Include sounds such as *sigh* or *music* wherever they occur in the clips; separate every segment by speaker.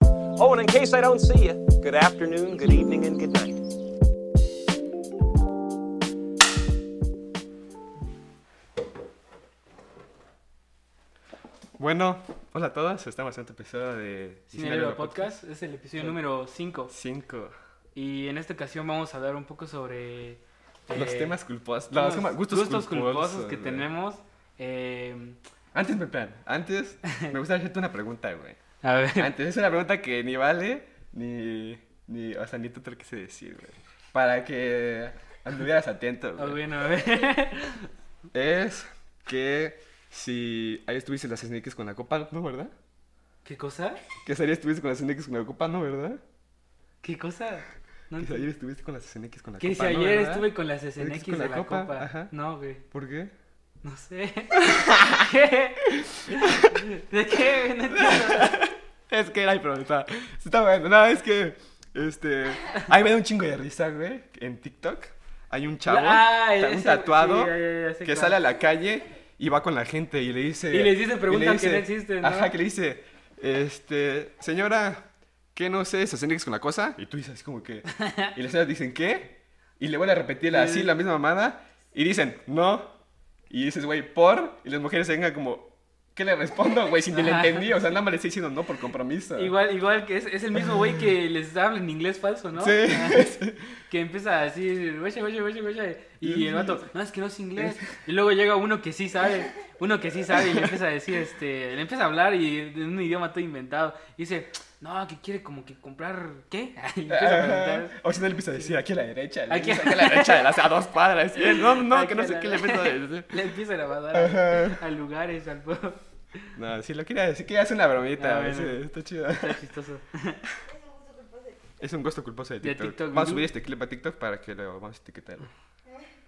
Speaker 1: Oh, and in case I don't see you, good afternoon, good evening, and good night.
Speaker 2: Bueno, hola a todos, estamos en otro episodio de
Speaker 3: Cine Libro Podcast es el episodio número 5
Speaker 2: 5.
Speaker 3: y en esta ocasión vamos a hablar un poco sobre
Speaker 2: Los
Speaker 3: eh,
Speaker 2: temas culposos,
Speaker 3: los
Speaker 2: los temas- gustos, culposos,
Speaker 3: que
Speaker 2: güey.
Speaker 3: tenemos. Eh,
Speaker 2: Antes, me plan, antes me gustaría hacerte una pregunta,
Speaker 3: *laughs*
Speaker 2: güey.
Speaker 3: a ver,
Speaker 2: Antes, es una pregunta que ni vale, ni, ni o sea, ni tú te lo quise decir, güey. Para que anduvieras
Speaker 3: *laughs*
Speaker 2: atento,
Speaker 3: ah,
Speaker 2: güey.
Speaker 3: bueno, a ver. *laughs*
Speaker 2: Es que si ahí estuviste las sneakers con la copa, ¿no, verdad?
Speaker 3: ¿Qué cosa?
Speaker 2: Que si ayer estuviste con las sneakers con la copa, ¿no, verdad?
Speaker 3: ¿Qué cosa? No
Speaker 2: Que si
Speaker 3: ent-
Speaker 2: ayer estuviste con las sneakers con la
Speaker 3: que si
Speaker 2: copa, ¿no,
Speaker 3: ayer
Speaker 2: verdad?
Speaker 3: estuve con las
Speaker 2: que
Speaker 3: SNX
Speaker 2: con
Speaker 3: de
Speaker 2: la
Speaker 3: la
Speaker 2: copa,
Speaker 3: copa.
Speaker 2: ajá.
Speaker 3: No, güey.
Speaker 2: ¿Por qué? *laughs*
Speaker 3: No sé. *laughs* ¿Qué? ¿De qué? No entiendo.
Speaker 2: Es que, ay, pero está, está bueno. No, es que, este, ahí me da un chingo de risa, güey, en TikTok. Hay un chavo,
Speaker 3: Ah,
Speaker 2: ta- un
Speaker 3: ese-
Speaker 2: tatuado,
Speaker 3: sí, ya, ya, ya sé
Speaker 2: que
Speaker 3: cuál.
Speaker 2: sale a la calle y va con la gente y le dice...
Speaker 3: Y les dice
Speaker 2: le
Speaker 3: preguntas que no existen, ¿no?
Speaker 2: Ajá, que le dice, este, señora, ¿qué no sé? ¿Se hacen con la cosa? Y tú dices así como que... Y las señoras dicen, ¿qué? Y le vuelve a repetir
Speaker 3: Sí.
Speaker 2: así la misma mamada y dicen, no. Y dices, güey, ¿por? Y las mujeres se vengan como... ¿Qué le respondo, güey? Si ni le
Speaker 3: Ajá.
Speaker 2: entendí, o sea, nada más le estoy diciendo no por compromiso.
Speaker 3: Igual, igual que es, es el mismo güey que les habla en inglés falso, ¿no?
Speaker 2: Sí.
Speaker 3: *laughs* que empieza así, "Weche, weche, weche, weche",
Speaker 2: Sí,
Speaker 3: y el
Speaker 2: sí.
Speaker 3: vato, no, es que no es inglés. Y luego llega uno que sí sabe, uno que sí sabe y le empieza a decir, este, le empieza a hablar y en un idioma todo inventado. Y dice, no, que quiere como que comprar, ¿qué? *laughs* Y empieza
Speaker 2: *laughs*
Speaker 3: a
Speaker 2: Ajá.
Speaker 3: preguntar.
Speaker 2: O si no le empieza a decir aquí a la derecha, le
Speaker 3: Aquí-
Speaker 2: dices, aquí a la derecha, de las, a dos cuadras. y él, No, *laughs* no,
Speaker 3: Ay,
Speaker 2: que no sé
Speaker 3: la-
Speaker 2: qué le empieza a decir.
Speaker 3: *laughs* Le empieza a grabar
Speaker 2: Ajá.
Speaker 3: a, a lugares, al pueblo. *laughs*
Speaker 2: No, si lo quiere decir, que hace una bromita,
Speaker 3: Ah,
Speaker 2: güey,
Speaker 3: bueno.
Speaker 2: sí, está chido.
Speaker 3: Está chistoso.
Speaker 2: Es un gusto culposo de
Speaker 3: De
Speaker 2: TikTok.
Speaker 3: TikTok,
Speaker 2: vamos a
Speaker 3: ¿no?
Speaker 2: subir este clip a TikTok para que lo vamos a etiquetar. *laughs* güey.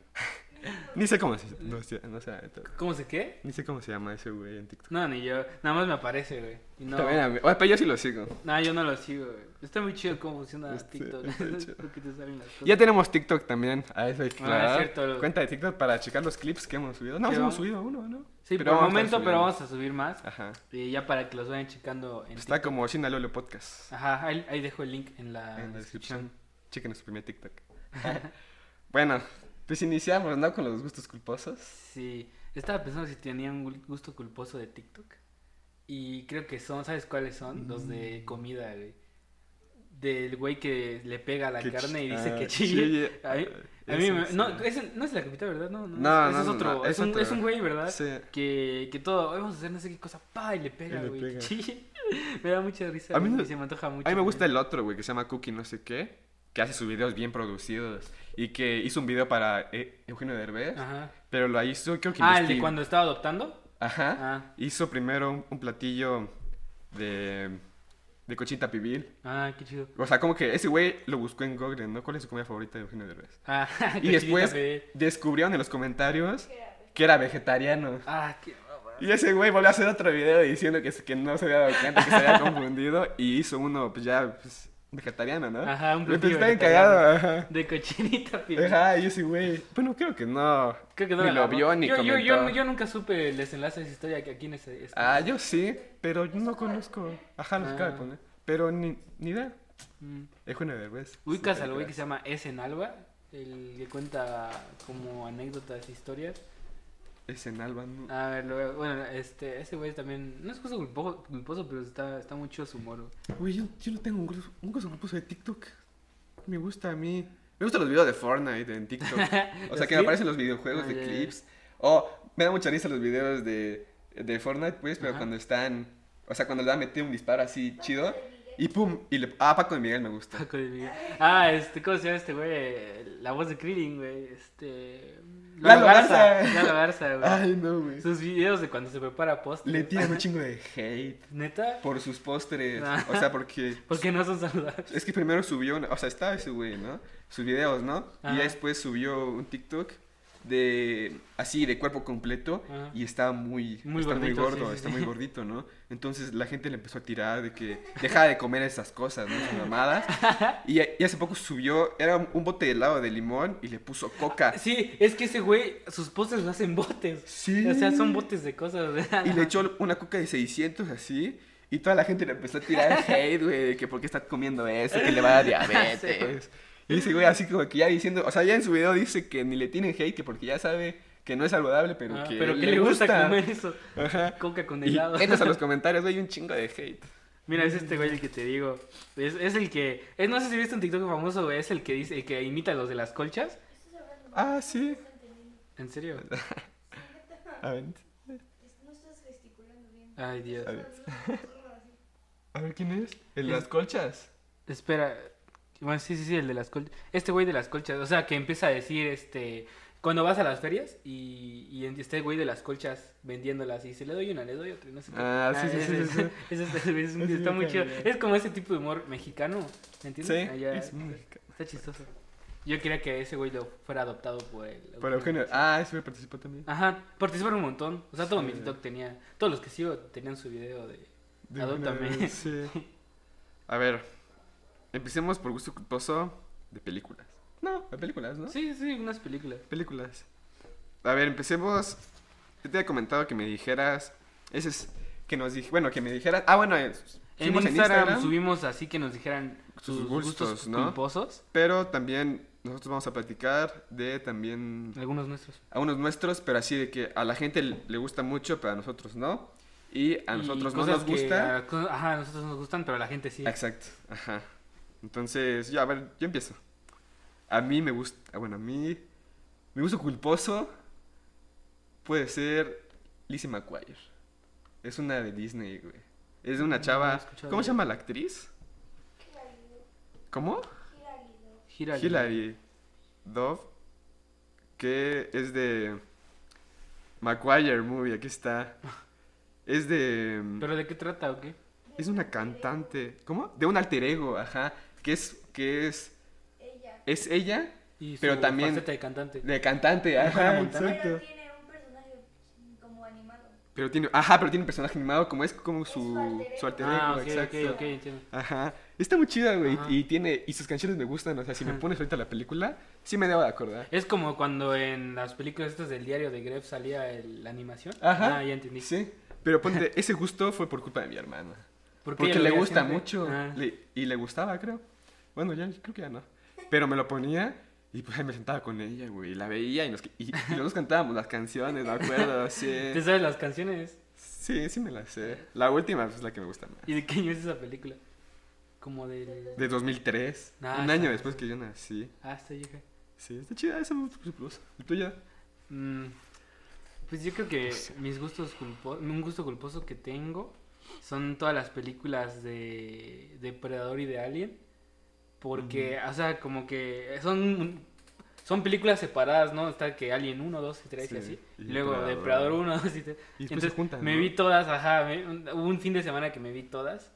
Speaker 2: Ni sé cómo se no, sé- no sé, la neta.
Speaker 3: ¿Cómo se qué?
Speaker 2: Ni sé cómo se llama ese güey en TikTok.
Speaker 3: No, ni yo. Nada más me aparece, güey. Y no.
Speaker 2: También a mí- Oye, pero yo sí lo sigo.
Speaker 3: No, yo no lo sigo, güey. Está muy chido cómo funciona
Speaker 2: Este,
Speaker 3: TikTok. *laughs*
Speaker 2: está chido.
Speaker 3: Porque te salen las cosas.
Speaker 2: Ya tenemos TikTok también. A eso hay que
Speaker 3: Ah,
Speaker 2: aclarar.
Speaker 3: es cierto.
Speaker 2: Cuenta de TikTok para checar los clips que hemos subido. No,
Speaker 3: Que
Speaker 2: sí hemos
Speaker 3: vamos-
Speaker 2: subido uno, ¿no?
Speaker 3: Sí,
Speaker 2: Pero
Speaker 3: por el
Speaker 2: vamos a estar
Speaker 3: momento, pero
Speaker 2: subiendo. Ah. Pues
Speaker 3: vamos a subir más.
Speaker 2: Ajá.
Speaker 3: Y ya para que los vayan checando en
Speaker 2: Está
Speaker 3: TikTok.
Speaker 2: como Shina Lolo Podcast.
Speaker 3: Ajá, ahí, ahí dejo el link en la,
Speaker 2: en la descripción.
Speaker 3: descripción.
Speaker 2: Chequen nuestro primer
Speaker 3: *laughs*
Speaker 2: TikTok. Ah. bueno, pues iniciamos, ¿no? Con los gustos culposos.
Speaker 3: Sí. Estaba pensando si tenían un gul- gusto culposo de TikTok. Y creo que son, ¿sabes cuáles son? Los de
Speaker 2: Mm.
Speaker 3: comida, güey. Del güey que le pega a la
Speaker 2: Que
Speaker 3: carne y
Speaker 2: chi-
Speaker 3: dice
Speaker 2: ah,
Speaker 3: que chille.
Speaker 2: chille.
Speaker 3: A mí, a
Speaker 2: Ese
Speaker 3: mí me-
Speaker 2: es,
Speaker 3: No,
Speaker 2: eh.
Speaker 3: ese no es la capita, ¿verdad? No,
Speaker 2: No,
Speaker 3: no, ese
Speaker 2: no,
Speaker 3: es
Speaker 2: no,
Speaker 3: otro.
Speaker 2: no,
Speaker 3: es,
Speaker 2: es
Speaker 3: un,
Speaker 2: otro.
Speaker 3: es un güey, ¿verdad?
Speaker 2: Sí.
Speaker 3: Que, que todo, "Ay, vamos a hacer no sé qué cosa, pa, y le pega,
Speaker 2: Y le
Speaker 3: güey.
Speaker 2: pega.
Speaker 3: Sí. *laughs* Me da mucha risa.
Speaker 2: A mí
Speaker 3: güey,
Speaker 2: no-
Speaker 3: y se me antoja mucho.
Speaker 2: A mí me
Speaker 3: güey.
Speaker 2: gusta el otro, güey, que se llama Cookie no sé qué, que hace sus videos bien producidos y que hizo un video para eh, Eugenio Derbez,
Speaker 3: Ajá.
Speaker 2: pero lo hizo, creo que
Speaker 3: Ah, el de
Speaker 2: investig-
Speaker 3: cuando estaba adoptando.
Speaker 2: Ajá.
Speaker 3: Ah.
Speaker 2: Hizo primero un, un platillo de, de cochita pibil.
Speaker 3: Ah, qué chido.
Speaker 2: O sea, como que ese güey lo buscó en Google, ¿no? ¿Cuál es su comida favorita de Eugenio Derbez?
Speaker 3: Ah, *laughs*
Speaker 2: Y
Speaker 3: qué
Speaker 2: después
Speaker 3: chidita, güey.
Speaker 2: descubrieron en los comentarios que era vegetariano.
Speaker 3: Ah, qué. bárbaro.
Speaker 2: Y ese güey volvió a hacer otro video diciendo que, que no se había dado cuenta, que se
Speaker 3: *laughs*
Speaker 2: había confundido. Y hizo uno, pues ya, pues, vegetariano, ¿no?
Speaker 3: Ajá, un
Speaker 2: Pero,
Speaker 3: platillo
Speaker 2: pues, está bien
Speaker 3: vegetariano.
Speaker 2: cagado, ajá.
Speaker 3: De cochinita, pibil.
Speaker 2: Ajá, y ese güey. Bueno, creo que no.
Speaker 3: Creo que no
Speaker 2: ni
Speaker 3: la
Speaker 2: lo
Speaker 3: grabó.
Speaker 2: vio ni
Speaker 3: yo, yo,
Speaker 2: comentó.
Speaker 3: yo, yo nunca supe el desenlace de esa historia que aquí en ese. este-
Speaker 2: Ah, yo sí, pero yo no conozco. Ajá, los
Speaker 3: Ah.
Speaker 2: acaba de poner. Pero ni, ni idea.
Speaker 3: Mm.
Speaker 2: Es una Derbez.
Speaker 3: Ubicas
Speaker 2: Súper
Speaker 3: al güey que
Speaker 2: crack.
Speaker 3: se llama S. en Alba, el que cuenta como anécdotas, historias.
Speaker 2: Es en Alba, ¿no?
Speaker 3: A ver, lo, bueno, este, ese güey también, no es cosa culposo, culposo, pero está, está muy chido su moro.
Speaker 2: Güey, yo, yo no tengo un grupo, un grupo de TikTok. Me gusta a mí. Me gustan los videos de Fortnite en
Speaker 3: *laughs*
Speaker 2: TikTok. O sea,
Speaker 3: ¿Los
Speaker 2: que
Speaker 3: clips?
Speaker 2: me aparecen los videojuegos
Speaker 3: Ah,
Speaker 2: de
Speaker 3: ya, ya.
Speaker 2: clips. O me da mucha risa los videos de, de Fortnite, pues, pero
Speaker 3: Ajá.
Speaker 2: cuando están. O sea, cuando le da a meter un disparo así chido. Y pum. Y le, ah, Paco de Miguel me
Speaker 3: *laughs*
Speaker 2: gusta.
Speaker 3: Paco de Miguel. Ah, este, ¿cómo se llama este güey? La voz de Krillin, güey. Este.
Speaker 2: Lalo Garza.
Speaker 3: Lalo Garza, güey.
Speaker 2: Ay, no, güey.
Speaker 3: Sus videos de cuando se prepara postres.
Speaker 2: Le tiran
Speaker 3: *laughs*
Speaker 2: un chingo de hate
Speaker 3: ¿Neta?
Speaker 2: por sus pósteres.
Speaker 3: Ah.
Speaker 2: O sea, porque.
Speaker 3: Porque no son saludables.
Speaker 2: *laughs* Es que primero subió, una- o sea, estaba ese güey, ¿no? Sus videos, ¿no? Y
Speaker 3: Ajá.
Speaker 2: ya después subió un TikTok de así de cuerpo completo
Speaker 3: Ajá.
Speaker 2: y está muy
Speaker 3: Muy
Speaker 2: está muy
Speaker 3: gordito,
Speaker 2: gordo,
Speaker 3: sí, sí,
Speaker 2: está
Speaker 3: sí.
Speaker 2: muy gordito, ¿no? Entonces la gente le empezó a tirar de que deja de comer esas cosas, ¿no? Esas
Speaker 3: *laughs*
Speaker 2: mamadas. Y, y hace poco subió era un bote de helado de limón y le puso coca.
Speaker 3: Sí, es que ese güey, sus postres lo hacen botes.
Speaker 2: Sí.
Speaker 3: O sea, son botes de cosas.
Speaker 2: Y le echó una coca de 600 así. Y Y toda la gente le empezó a tirar hate, güey, de que por qué está comiendo eso, que le va a dar diabetes. Y ese güey así como que ya diciendo, o sea, ya en su video dice que ni le tienen hate, que porque ya sabe que no es saludable, pero
Speaker 3: Ah,
Speaker 2: que
Speaker 3: pero que
Speaker 2: le, gusta.
Speaker 3: comer eso.
Speaker 2: Ajá.
Speaker 3: Coca con
Speaker 2: Y
Speaker 3: helado.
Speaker 2: entras a los comentarios, güey, un chingo de hate.
Speaker 3: *laughs* Mira, es este güey el que te digo. Es, es el que. es- no sé si viste un TikTok famoso, güey. Es el que dice, el que imita a los de las colchas.
Speaker 2: Ah, sí. *laughs*
Speaker 3: ¿En serio?
Speaker 2: A ver,
Speaker 4: No estás gesticulando bien.
Speaker 3: Ay, Dios.
Speaker 2: A ver. A ver quién es. El de las colchas.
Speaker 3: Espera. Bueno, sí, sí, sí, el de las colchas. Este güey de las colchas. O sea, que empieza a decir, este. Cuando vas a las ferias y, y en- este güey de las colchas vendiéndolas y dice, le doy una, le doy otra, y no sé qué.
Speaker 2: Ah, sí, sí,
Speaker 3: es-
Speaker 2: sí,
Speaker 3: es- *laughs*
Speaker 2: sí, sí.
Speaker 3: es- es- es-
Speaker 2: Ese güey
Speaker 3: está muy chido.
Speaker 2: también.
Speaker 3: Es como ese tipo de humor mexicano, ¿me
Speaker 2: Sí,
Speaker 3: entiendes? Allá-
Speaker 2: es muy mexicano.
Speaker 3: Está chistoso. Yo quería que ese güey lo fuera adoptado por el...
Speaker 2: Por Eugenio. Ah, ese güey participó también.
Speaker 3: Ajá, participaron un montón. O sea, todo mi
Speaker 2: Sí.
Speaker 3: TikTok tenía. Todos los que sigo tenían su video de.
Speaker 2: De
Speaker 3: Adóptame.
Speaker 2: una vez, sí. *laughs* A ver, empecemos por gusto culposo de películas. No, de películas, ¿no?
Speaker 3: Sí, sí, unas películas.
Speaker 2: Películas. A ver, empecemos. Yo te había comentado que me dijeras. Ese es. Que nos dij- Bueno, que me dijeras. Ah, bueno, es-
Speaker 3: En
Speaker 2: fuimos
Speaker 3: Instagram, subimos así que nos dijeran
Speaker 2: Sus
Speaker 3: sus,
Speaker 2: gustos,
Speaker 3: gustos,
Speaker 2: ¿no?
Speaker 3: culposos.
Speaker 2: Pero también nosotros vamos a platicar de también.
Speaker 3: Algunos nuestros.
Speaker 2: A unos nuestros, pero así de que a la gente le gusta mucho, pero a nosotros no. Y a
Speaker 3: Y
Speaker 2: nosotros no
Speaker 3: cosas
Speaker 2: nos
Speaker 3: que
Speaker 2: gusta.
Speaker 3: a- co- ajá, a nosotros nos gustan, pero a la gente sí.
Speaker 2: Exacto, ajá. Entonces, ya, a ver, yo empiezo. A mí me gusta, bueno, a mí, mi gusto culposo puede ser Lizzie McGuire. Es una de Disney, güey. Es de una
Speaker 3: No, no
Speaker 2: chava,
Speaker 3: he escuchado
Speaker 2: ¿cómo
Speaker 3: de
Speaker 2: se llama la actriz? ¿Cómo?
Speaker 3: Hillary.
Speaker 2: Hilary Dove, que es de McGuire Movie, aquí está. Es de...
Speaker 3: ¿Pero de qué trata o qué?
Speaker 2: Es una cantante. ¿Cómo? De un alter ego, ajá. Que es. Que es.
Speaker 4: Ella.
Speaker 2: Es ella
Speaker 3: Y su
Speaker 2: Pero también-
Speaker 3: faceta de cantante.
Speaker 2: de cantante,
Speaker 3: Hannah
Speaker 2: ajá.
Speaker 3: Montana.
Speaker 4: Pero
Speaker 2: Exacto.
Speaker 4: tiene un personaje como animado.
Speaker 2: Pero tiene. Ajá, pero tiene un personaje animado como es como su. Su alter ego,
Speaker 3: Ah, ok,
Speaker 2: exacto.
Speaker 3: ok, ok, entiendo.
Speaker 2: Ajá. Está muy chida, güey.
Speaker 3: Ajá.
Speaker 2: Y tiene. Y sus canciones me gustan. O sea, si me
Speaker 3: Ajá.
Speaker 2: pones ahorita la película, sí me debo de acordar.
Speaker 3: Es como cuando en las películas estas del diario de Gref salía el- la animación.
Speaker 2: Ajá.
Speaker 3: Ah, ya entendí.
Speaker 2: Sí. Pero ponte, ese gusto fue por culpa de mi hermana.
Speaker 3: ¿Por qué
Speaker 2: Porque
Speaker 3: ella lo
Speaker 2: le
Speaker 3: veía
Speaker 2: gusta
Speaker 3: siempre?
Speaker 2: mucho.
Speaker 3: Ah.
Speaker 2: le- y le gustaba, creo. Bueno, ya creo que ya no. Pero me lo ponía y pues ahí me sentaba con ella, güey. Y la veía y nos, y, y
Speaker 3: *laughs*
Speaker 2: los cantábamos las canciones, ¿de acuerdo?
Speaker 3: ¿Te
Speaker 2: Sí.
Speaker 3: sabes las canciones?
Speaker 2: Sí, sí me las sé. La última pues, es la que me gusta más.
Speaker 3: ¿Y de qué año es esa película? Como del...
Speaker 2: De 2003.
Speaker 3: Ah,
Speaker 2: un
Speaker 3: está
Speaker 2: año
Speaker 3: bien.
Speaker 2: después que yo nací.
Speaker 3: Ah, está vieja.
Speaker 2: Sí, está chida. Esa me gusta por su plus. ¿Y tuya?
Speaker 3: Mm, pues yo creo que mis gustos culposos... Un gusto culposo que tengo son todas las películas de Depredador y de Alien. Porque, o sea, como que son... Son películas separadas, ¿no? Está que Alien 1, 2 y 3
Speaker 2: Sí,
Speaker 3: y así.
Speaker 2: y
Speaker 3: Luego
Speaker 2: Depredador.
Speaker 3: Depredador *laughs* 1, 2 y 3.
Speaker 2: Y después
Speaker 3: Entonces
Speaker 2: se juntan.
Speaker 3: me
Speaker 2: ¿no?
Speaker 3: vi todas, ajá, me- un, hubo un fin de semana que me vi todas,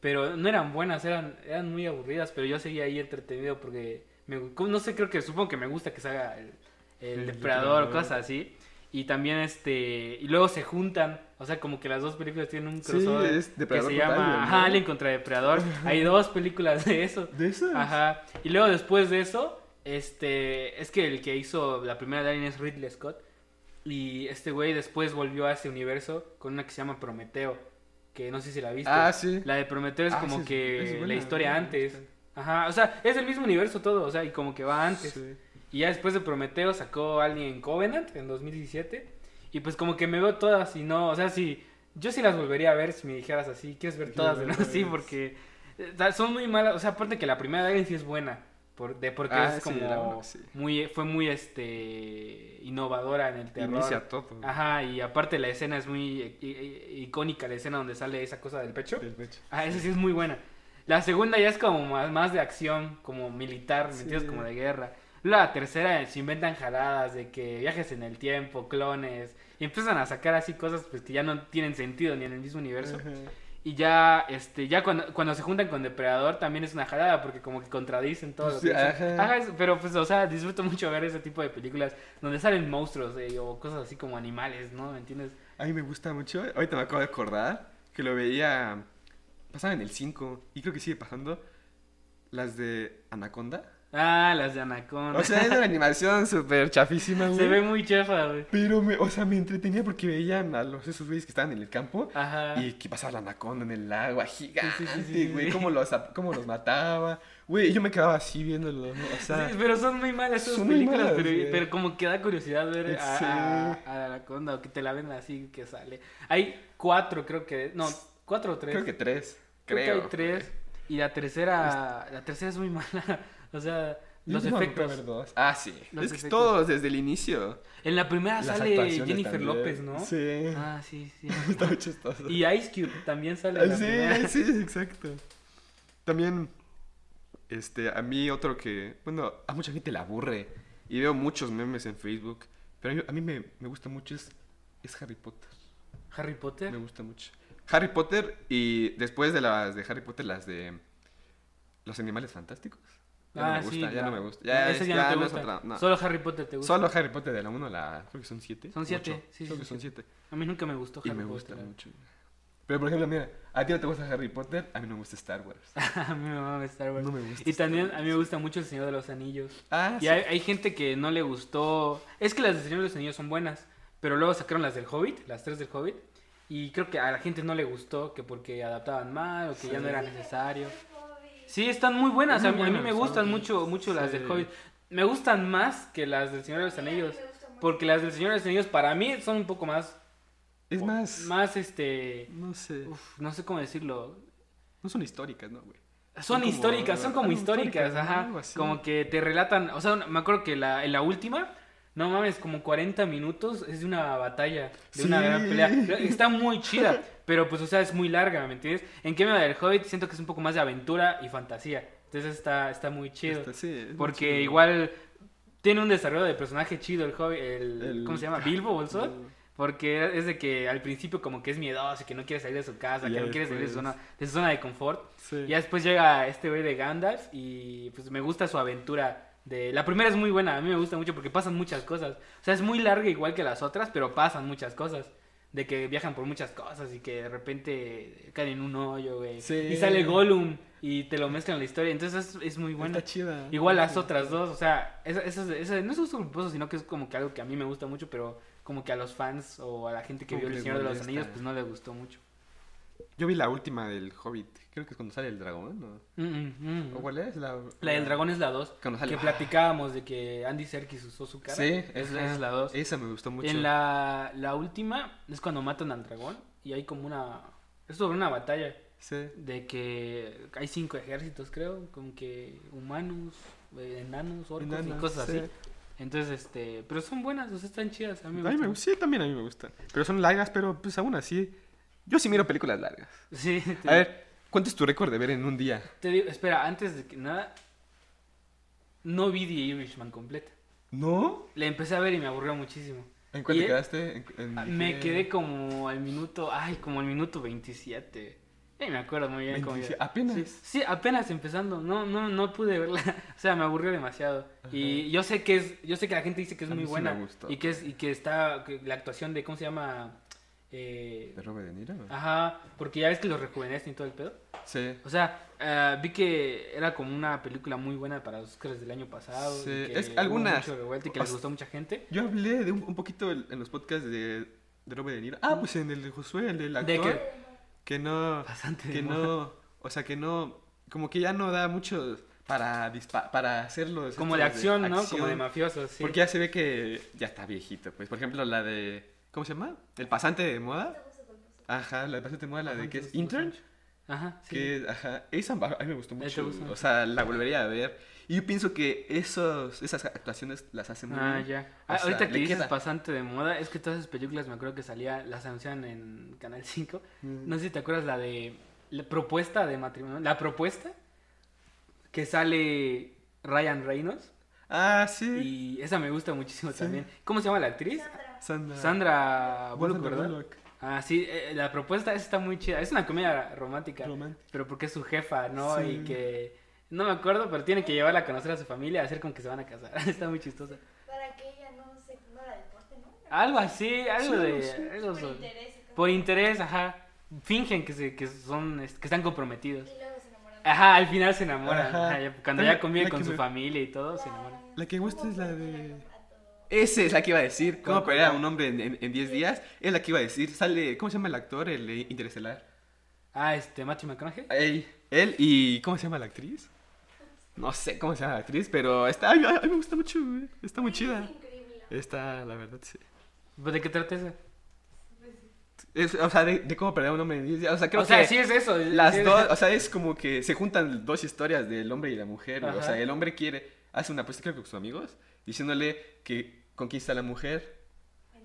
Speaker 3: pero no eran buenas, eran, eran muy aburridas, pero yo seguía ahí entretenido porque, me gu- como- no sé, creo que supongo que me gusta que se haga el, el
Speaker 2: El
Speaker 3: depredador,
Speaker 2: depredador.
Speaker 3: cosas así, y también este, y luego se juntan, o sea, como que las dos películas tienen un crossover
Speaker 2: es
Speaker 3: que
Speaker 2: Depredador
Speaker 3: se
Speaker 2: contra
Speaker 3: llama
Speaker 2: Alien, ¿no?
Speaker 3: ajá, Alien contra Depredador, hay dos películas de eso,
Speaker 2: ¿De esas?
Speaker 3: ajá, y luego después de eso, este, es que el que hizo la primera de Alien es Ridley Scott, y este güey después volvió a ese universo con una que se llama Prometeo. Que no sé si la viste.
Speaker 2: Ah, sí.
Speaker 3: La de Prometeo es
Speaker 2: Ah,
Speaker 3: como
Speaker 2: sí, es-
Speaker 3: que
Speaker 2: es buena,
Speaker 3: la historia
Speaker 2: me
Speaker 3: antes.
Speaker 2: gusta.
Speaker 3: Ajá, o sea, es el mismo universo todo, o sea, y como que va antes.
Speaker 2: Sí.
Speaker 3: Y ya después de Prometeo sacó Alien Covenant en 2017. Y pues como que me veo todas y no, o sea, si yo sí las volvería a ver si me dijeras así, quieres ver
Speaker 2: Quiero
Speaker 3: todas de *laughs*
Speaker 2: verlas.
Speaker 3: nuevo?" sí, porque eh, da- son muy malas, o sea, aparte que la primera de Alien sí es buena, por, de porque
Speaker 2: Ah,
Speaker 3: es
Speaker 2: sí,
Speaker 3: como
Speaker 2: la uno, sí.
Speaker 3: muy fue muy este innovadora en el terror.
Speaker 2: Inicia todo.
Speaker 3: Ajá, y aparte la escena es muy eh, eh, icónica, la escena donde sale esa cosa del pecho.
Speaker 2: Del pecho.
Speaker 3: Ah, esa sí es muy buena. La segunda ya es como más, más de acción, como militar, ¿me
Speaker 2: Sí.
Speaker 3: entiendes? Como de guerra. La tercera eh, se inventan jaladas de que viajes en el tiempo, clones, y empiezan a sacar así cosas pues, que ya no tienen sentido ni en el mismo universo.
Speaker 2: Ajá.
Speaker 3: Y ya, este, ya cuando, cuando se juntan con Depredador también es una jalada porque como que contradicen todo lo
Speaker 2: Sí,
Speaker 3: que dicen.
Speaker 2: ajá.
Speaker 3: Ajá, es- pero pues, o sea, disfruto mucho ver ese tipo de películas donde salen monstruos eh, o cosas así como animales, ¿no? ¿Me entiendes?
Speaker 2: A mí me gusta mucho. Ahorita me acabo de acordar que lo veía. Pasaba en el 5 y creo que sigue pasando. Las de Anaconda.
Speaker 3: Ah, las de Anaconda.
Speaker 2: O sea, es una animación súper chafísima, güey.
Speaker 3: Se ve muy chafa, güey.
Speaker 2: Pero, me, o sea, me entretenía porque veían a los esos güeyes que estaban en el campo
Speaker 3: Ajá.
Speaker 2: y que pasaba la anaconda en el agua, gigante,
Speaker 3: sí, sí,
Speaker 2: güey,
Speaker 3: sí.
Speaker 2: cómo los, ap- cómo los mataba. Güey, yo me quedaba así viéndolo, ¿no? o sea...
Speaker 3: Sí, pero son muy malas esas
Speaker 2: son muy
Speaker 3: películas,
Speaker 2: malas,
Speaker 3: pero,
Speaker 2: güey.
Speaker 3: pero como que da curiosidad ver a,
Speaker 2: Sí.
Speaker 3: a, a la anaconda o que te la ven así que sale. Hay cuatro, creo que, no, cuatro o tres.
Speaker 2: Creo que tres.
Speaker 3: Creo que
Speaker 2: Creo.
Speaker 3: hay tres. Y la tercera, la tercera es muy mala. *laughs* O sea,
Speaker 2: Yo
Speaker 3: los
Speaker 2: no me
Speaker 3: efectos.
Speaker 2: acuerdo. Ah, sí.
Speaker 3: Los
Speaker 2: es que
Speaker 3: efectos.
Speaker 2: todos desde el inicio.
Speaker 3: En la primera
Speaker 2: Las
Speaker 3: Ah, sale
Speaker 2: actuaciones
Speaker 3: Jennifer
Speaker 2: también.
Speaker 3: López, ¿no?
Speaker 2: Sí.
Speaker 3: Ah, sí, sí.
Speaker 2: *laughs* Está muy chistoso.
Speaker 3: Y Ice Cube también sale. en
Speaker 2: Ah,
Speaker 3: la
Speaker 2: Sí,
Speaker 3: primera.
Speaker 2: sí, exacto. También, este, a mí otro que, bueno, a mucha gente le aburre y veo muchos memes en Facebook, pero yo- a mí me, me gusta mucho es, es Harry Potter.
Speaker 3: Harry Potter.
Speaker 2: Me gusta mucho. Harry Potter y después de las de Harry Potter, las de los animales fantásticos. Ya
Speaker 3: ah,
Speaker 2: no me
Speaker 3: sí,
Speaker 2: gusta, ya
Speaker 3: la-
Speaker 2: no me gusta. Ya,
Speaker 3: Ese
Speaker 2: es-
Speaker 3: ya no te
Speaker 2: no es
Speaker 3: gusta.
Speaker 2: otra- no.
Speaker 3: Solo Harry Potter te gusta.
Speaker 2: Solo Harry Potter de la 1 a la... Creo que son 7.
Speaker 3: Son siete, sí,
Speaker 2: Creo
Speaker 3: sí,
Speaker 2: que son
Speaker 3: son
Speaker 2: 7.
Speaker 3: A mí nunca me gustó
Speaker 2: Y
Speaker 3: Harry
Speaker 2: me gusta
Speaker 3: Potter.
Speaker 2: mucho. Pero, por ejemplo, mira, a ti no te gusta Harry Potter, a mí no me gusta Star
Speaker 3: *laughs*
Speaker 2: Wars.
Speaker 3: a mí me mama Star Wars.
Speaker 2: No me gusta
Speaker 3: y
Speaker 2: Star
Speaker 3: también
Speaker 2: Wars.
Speaker 3: a mí me gusta mucho El Señor de los Anillos.
Speaker 2: Ah,
Speaker 3: Y hay, hay gente que no le gustó. Es que las del Señor de los Anillos son buenas. Pero luego sacaron las del Hobbit, las tres del Hobbit. Y creo que a la gente no le gustó, que porque adaptaban mal o que ya no era necesario. Sí, están muy buenas.
Speaker 2: Muy
Speaker 3: a, mí, a mí
Speaker 2: buenas,
Speaker 3: me
Speaker 2: son-
Speaker 3: gustan mucho, mucho las
Speaker 2: sí.
Speaker 3: del Hobbit. Me gustan más que las del Señor de los Anillos. Porque las del Señor de los Anillos para mí son un poco más.
Speaker 2: Es más,
Speaker 3: Más este.
Speaker 2: no sé,
Speaker 3: uf, no sé cómo decirlo.
Speaker 2: no son históricas, ¿no, güey?
Speaker 3: Son,
Speaker 2: Son como-
Speaker 3: históricas, son como
Speaker 2: ah,
Speaker 3: históricas,
Speaker 2: históricas,
Speaker 3: ajá.
Speaker 2: algo así.
Speaker 3: Como que te relatan, o sea, me acuerdo que la, en la última, no mames, como 40 minutos es de una batalla, de una
Speaker 2: Sí.
Speaker 3: gran pelea. Está muy chida, pero pues, o sea, es muy larga, ¿me entiendes? En cambio, la del Hobbit siento que es un poco más de aventura y fantasía. Entonces está, está muy chido.
Speaker 2: Esta sí, es muy
Speaker 3: porque
Speaker 2: chido.
Speaker 3: igual tiene un desarrollo de personaje chido el Hobbit, el,
Speaker 2: El-
Speaker 3: ¿cómo se
Speaker 2: *laughs*
Speaker 3: llama? Bilbo Bolsón. Porque es de que al principio como que es miedoso y que no quiere salir de su casa,
Speaker 2: Y
Speaker 3: que
Speaker 2: ya
Speaker 3: no quiere salir de su,
Speaker 2: después-
Speaker 3: zona, de su zona de confort.
Speaker 2: Sí.
Speaker 3: Y Ya después llega este güey de Gandalf y pues me gusta su aventura. De... La primera es muy buena, a mí me gusta mucho porque pasan muchas cosas. O sea, es muy larga igual que las otras, pero pasan muchas cosas. De que viajan por muchas cosas y que de repente caen en un hoyo, güey.
Speaker 2: Sí.
Speaker 3: Y sale Gollum y te lo mezclan en la historia. Entonces es, es muy buena.
Speaker 2: Está chida.
Speaker 3: Igual las otras dos, o sea, esa, esas- esa- no es un gruposo, sino que es como que algo que a mí me gusta mucho, pero como que a los fans o a la gente que
Speaker 2: Como
Speaker 3: vio
Speaker 2: que
Speaker 3: El
Speaker 2: les
Speaker 3: Señor de los
Speaker 2: molesta.
Speaker 3: Anillos, pues no le gustó mucho.
Speaker 2: Yo vi la última del Hobbit, creo que es cuando sale el dragón, ¿no?
Speaker 3: Mm, mm, mm.
Speaker 2: ¿O cuál es? La,
Speaker 3: La del dragón es la 2.
Speaker 2: Cuando sale-
Speaker 3: Que platicábamos de que Andy Serkis usó su cara.
Speaker 2: Sí,
Speaker 3: es,
Speaker 2: ajá.
Speaker 3: es la 2.
Speaker 2: Esa me gustó mucho.
Speaker 3: En la, la última es cuando matan al dragón y hay como una... Es sobre una batalla
Speaker 2: Sí.
Speaker 3: de que hay cinco ejércitos, creo, como que humanos, eh, enanos, orcos y
Speaker 2: Enanos,
Speaker 3: cosas
Speaker 2: sí.
Speaker 3: así. Entonces, este... Pero son buenas, o sea, están chidas. A mí me
Speaker 2: A mí me
Speaker 3: gustan.
Speaker 2: gusta, sí, también a mí me gusta. Pero son largas, pero pues aún así, yo sí miro películas largas.
Speaker 3: Sí. te-
Speaker 2: A ver, ¿cuánto es tu récord de ver en un día?
Speaker 3: Te digo, espera, antes de que nada... No vi The Irishman completa.
Speaker 2: ¿No?
Speaker 3: La empecé a ver y me aburrió muchísimo.
Speaker 2: ¿En cuánto
Speaker 3: Y- e
Speaker 2: quedaste? ¿En- en-
Speaker 3: Ah, Me
Speaker 2: qué?
Speaker 3: quedé como al minuto, ay, como al minuto 27. Eh, me acuerdo muy bien. cómo
Speaker 2: 27,
Speaker 3: iba.
Speaker 2: apenas.
Speaker 3: Sí, sí, apenas empezando. No, no, no pude verla. *laughs* O sea, me aburrió demasiado. Y yo sé que es, yo sé que la gente dice que es
Speaker 2: A
Speaker 3: muy
Speaker 2: mí sí me
Speaker 3: buena
Speaker 2: gustó.
Speaker 3: y que es y que está que la actuación de cómo se llama. Eh,
Speaker 2: ¿De Robert De Niro?
Speaker 3: ajá, porque ya ves que los rejuvenecen y todo el pedo.
Speaker 2: Sí.
Speaker 3: O sea, ah, vi que era como una película muy buena para los Oscars del año pasado. y
Speaker 2: Sí,
Speaker 3: que
Speaker 2: es que
Speaker 3: hubo
Speaker 2: algunas-
Speaker 3: mucho revuelta y que les gustó a mucha gente.
Speaker 2: Yo hablé de un, un poquito el- en los podcasts de, de Robert De Niro. Ah, pues en el de Josué, el del
Speaker 3: De
Speaker 2: actor.
Speaker 3: que
Speaker 2: Que no.
Speaker 3: bastante de
Speaker 2: Que
Speaker 3: moda.
Speaker 2: no. O sea, que no. Como que ya no da mucho para, dispa- para hacerlo.
Speaker 3: Como de acción, ¿no? Como de mafiosos, sí.
Speaker 2: Porque ya se ve que ya está viejito. Pues, por ejemplo, la de. ¿Cómo se llama? El pasante de moda. Ajá, la de pasante de moda, la de que es intern.
Speaker 3: Ajá, sí.
Speaker 2: Que, ajá, esa a mí me gustó
Speaker 3: Ahí te
Speaker 2: mucho.
Speaker 3: gusta.
Speaker 2: O sea, la volvería a ver. Y yo pienso que esos, esas actuaciones las hacen muy
Speaker 3: Ah,
Speaker 2: bien.
Speaker 3: ya.
Speaker 2: O
Speaker 3: Ah,
Speaker 2: sea,
Speaker 3: ahorita que
Speaker 2: le
Speaker 3: dices
Speaker 2: queda.
Speaker 3: pasante de moda, es que todas esas películas me acuerdo que salía, las anunciaban en Canal 5.
Speaker 2: Mm.
Speaker 3: No sé si te acuerdas la de la propuesta de matrimonio. La propuesta que sale Ryan Reynolds.
Speaker 2: Ah, sí.
Speaker 3: Y esa me gusta muchísimo
Speaker 2: Sí.
Speaker 3: también. ¿Cómo se llama la actriz?
Speaker 2: Sandra.
Speaker 3: Sandra Bullock,
Speaker 2: Sandra
Speaker 3: ¿verdad?
Speaker 2: Bullock.
Speaker 3: Ah, sí, eh, la propuesta esa está muy chida. Es una comedia romántica.
Speaker 2: Romántica.
Speaker 3: Pero porque es su jefa, ¿no?
Speaker 2: Sí.
Speaker 3: Y que. No me acuerdo, pero tiene que llevarla a conocer a su familia, hacer con que se van a casar. *laughs* está muy chistosa.
Speaker 4: Para que ella no se no la deporte, ¿no?
Speaker 3: Algo así, algo
Speaker 2: Sí,
Speaker 3: de.
Speaker 2: sí.
Speaker 3: algo
Speaker 4: Por
Speaker 3: son-
Speaker 4: interés. y cosas.
Speaker 3: por interés, ajá. Fingen que, se, que, son, es- que están comprometidos.
Speaker 4: Y luego se enamoran.
Speaker 3: Ajá, al final se enamora.
Speaker 2: Ajá.
Speaker 3: Ajá, ya- cuando
Speaker 2: También
Speaker 3: ya convive
Speaker 2: la que
Speaker 3: con su
Speaker 2: me-
Speaker 3: familia y todo, se enamora.
Speaker 2: La que gusta es la de.
Speaker 4: Ese.
Speaker 2: Esa es la que iba a decir. ¿Cómo
Speaker 3: ¿Cómo,
Speaker 2: operar a
Speaker 3: cómo?
Speaker 2: un hombre en- en en 10 días? Es la que iba a decir. Sale. ¿Cómo se llama el actor? El de interestelar.
Speaker 3: Ah, este, Matthew McConaughey.
Speaker 2: Él, él y. ¿Cómo se llama la actriz? No sé cómo se llama la actriz, pero está. A mí a mí me gusta mucho, güey. Está muy chida. Está, la verdad, sí.
Speaker 3: ¿Pero ¿De qué trata esa?
Speaker 2: Es, o sea, de, de cómo perder a un hombre en 10 días. O sea, creo
Speaker 3: o sea,
Speaker 2: que
Speaker 3: sí es eso. es-
Speaker 2: las
Speaker 3: sí es-
Speaker 2: dos. O sea, es como que se juntan dos historias del hombre y la mujer. güey. O
Speaker 3: Ajá.
Speaker 2: sea, el hombre quiere. Hace una apuesta, creo que con sus amigos, diciéndole que conquista a la mujer.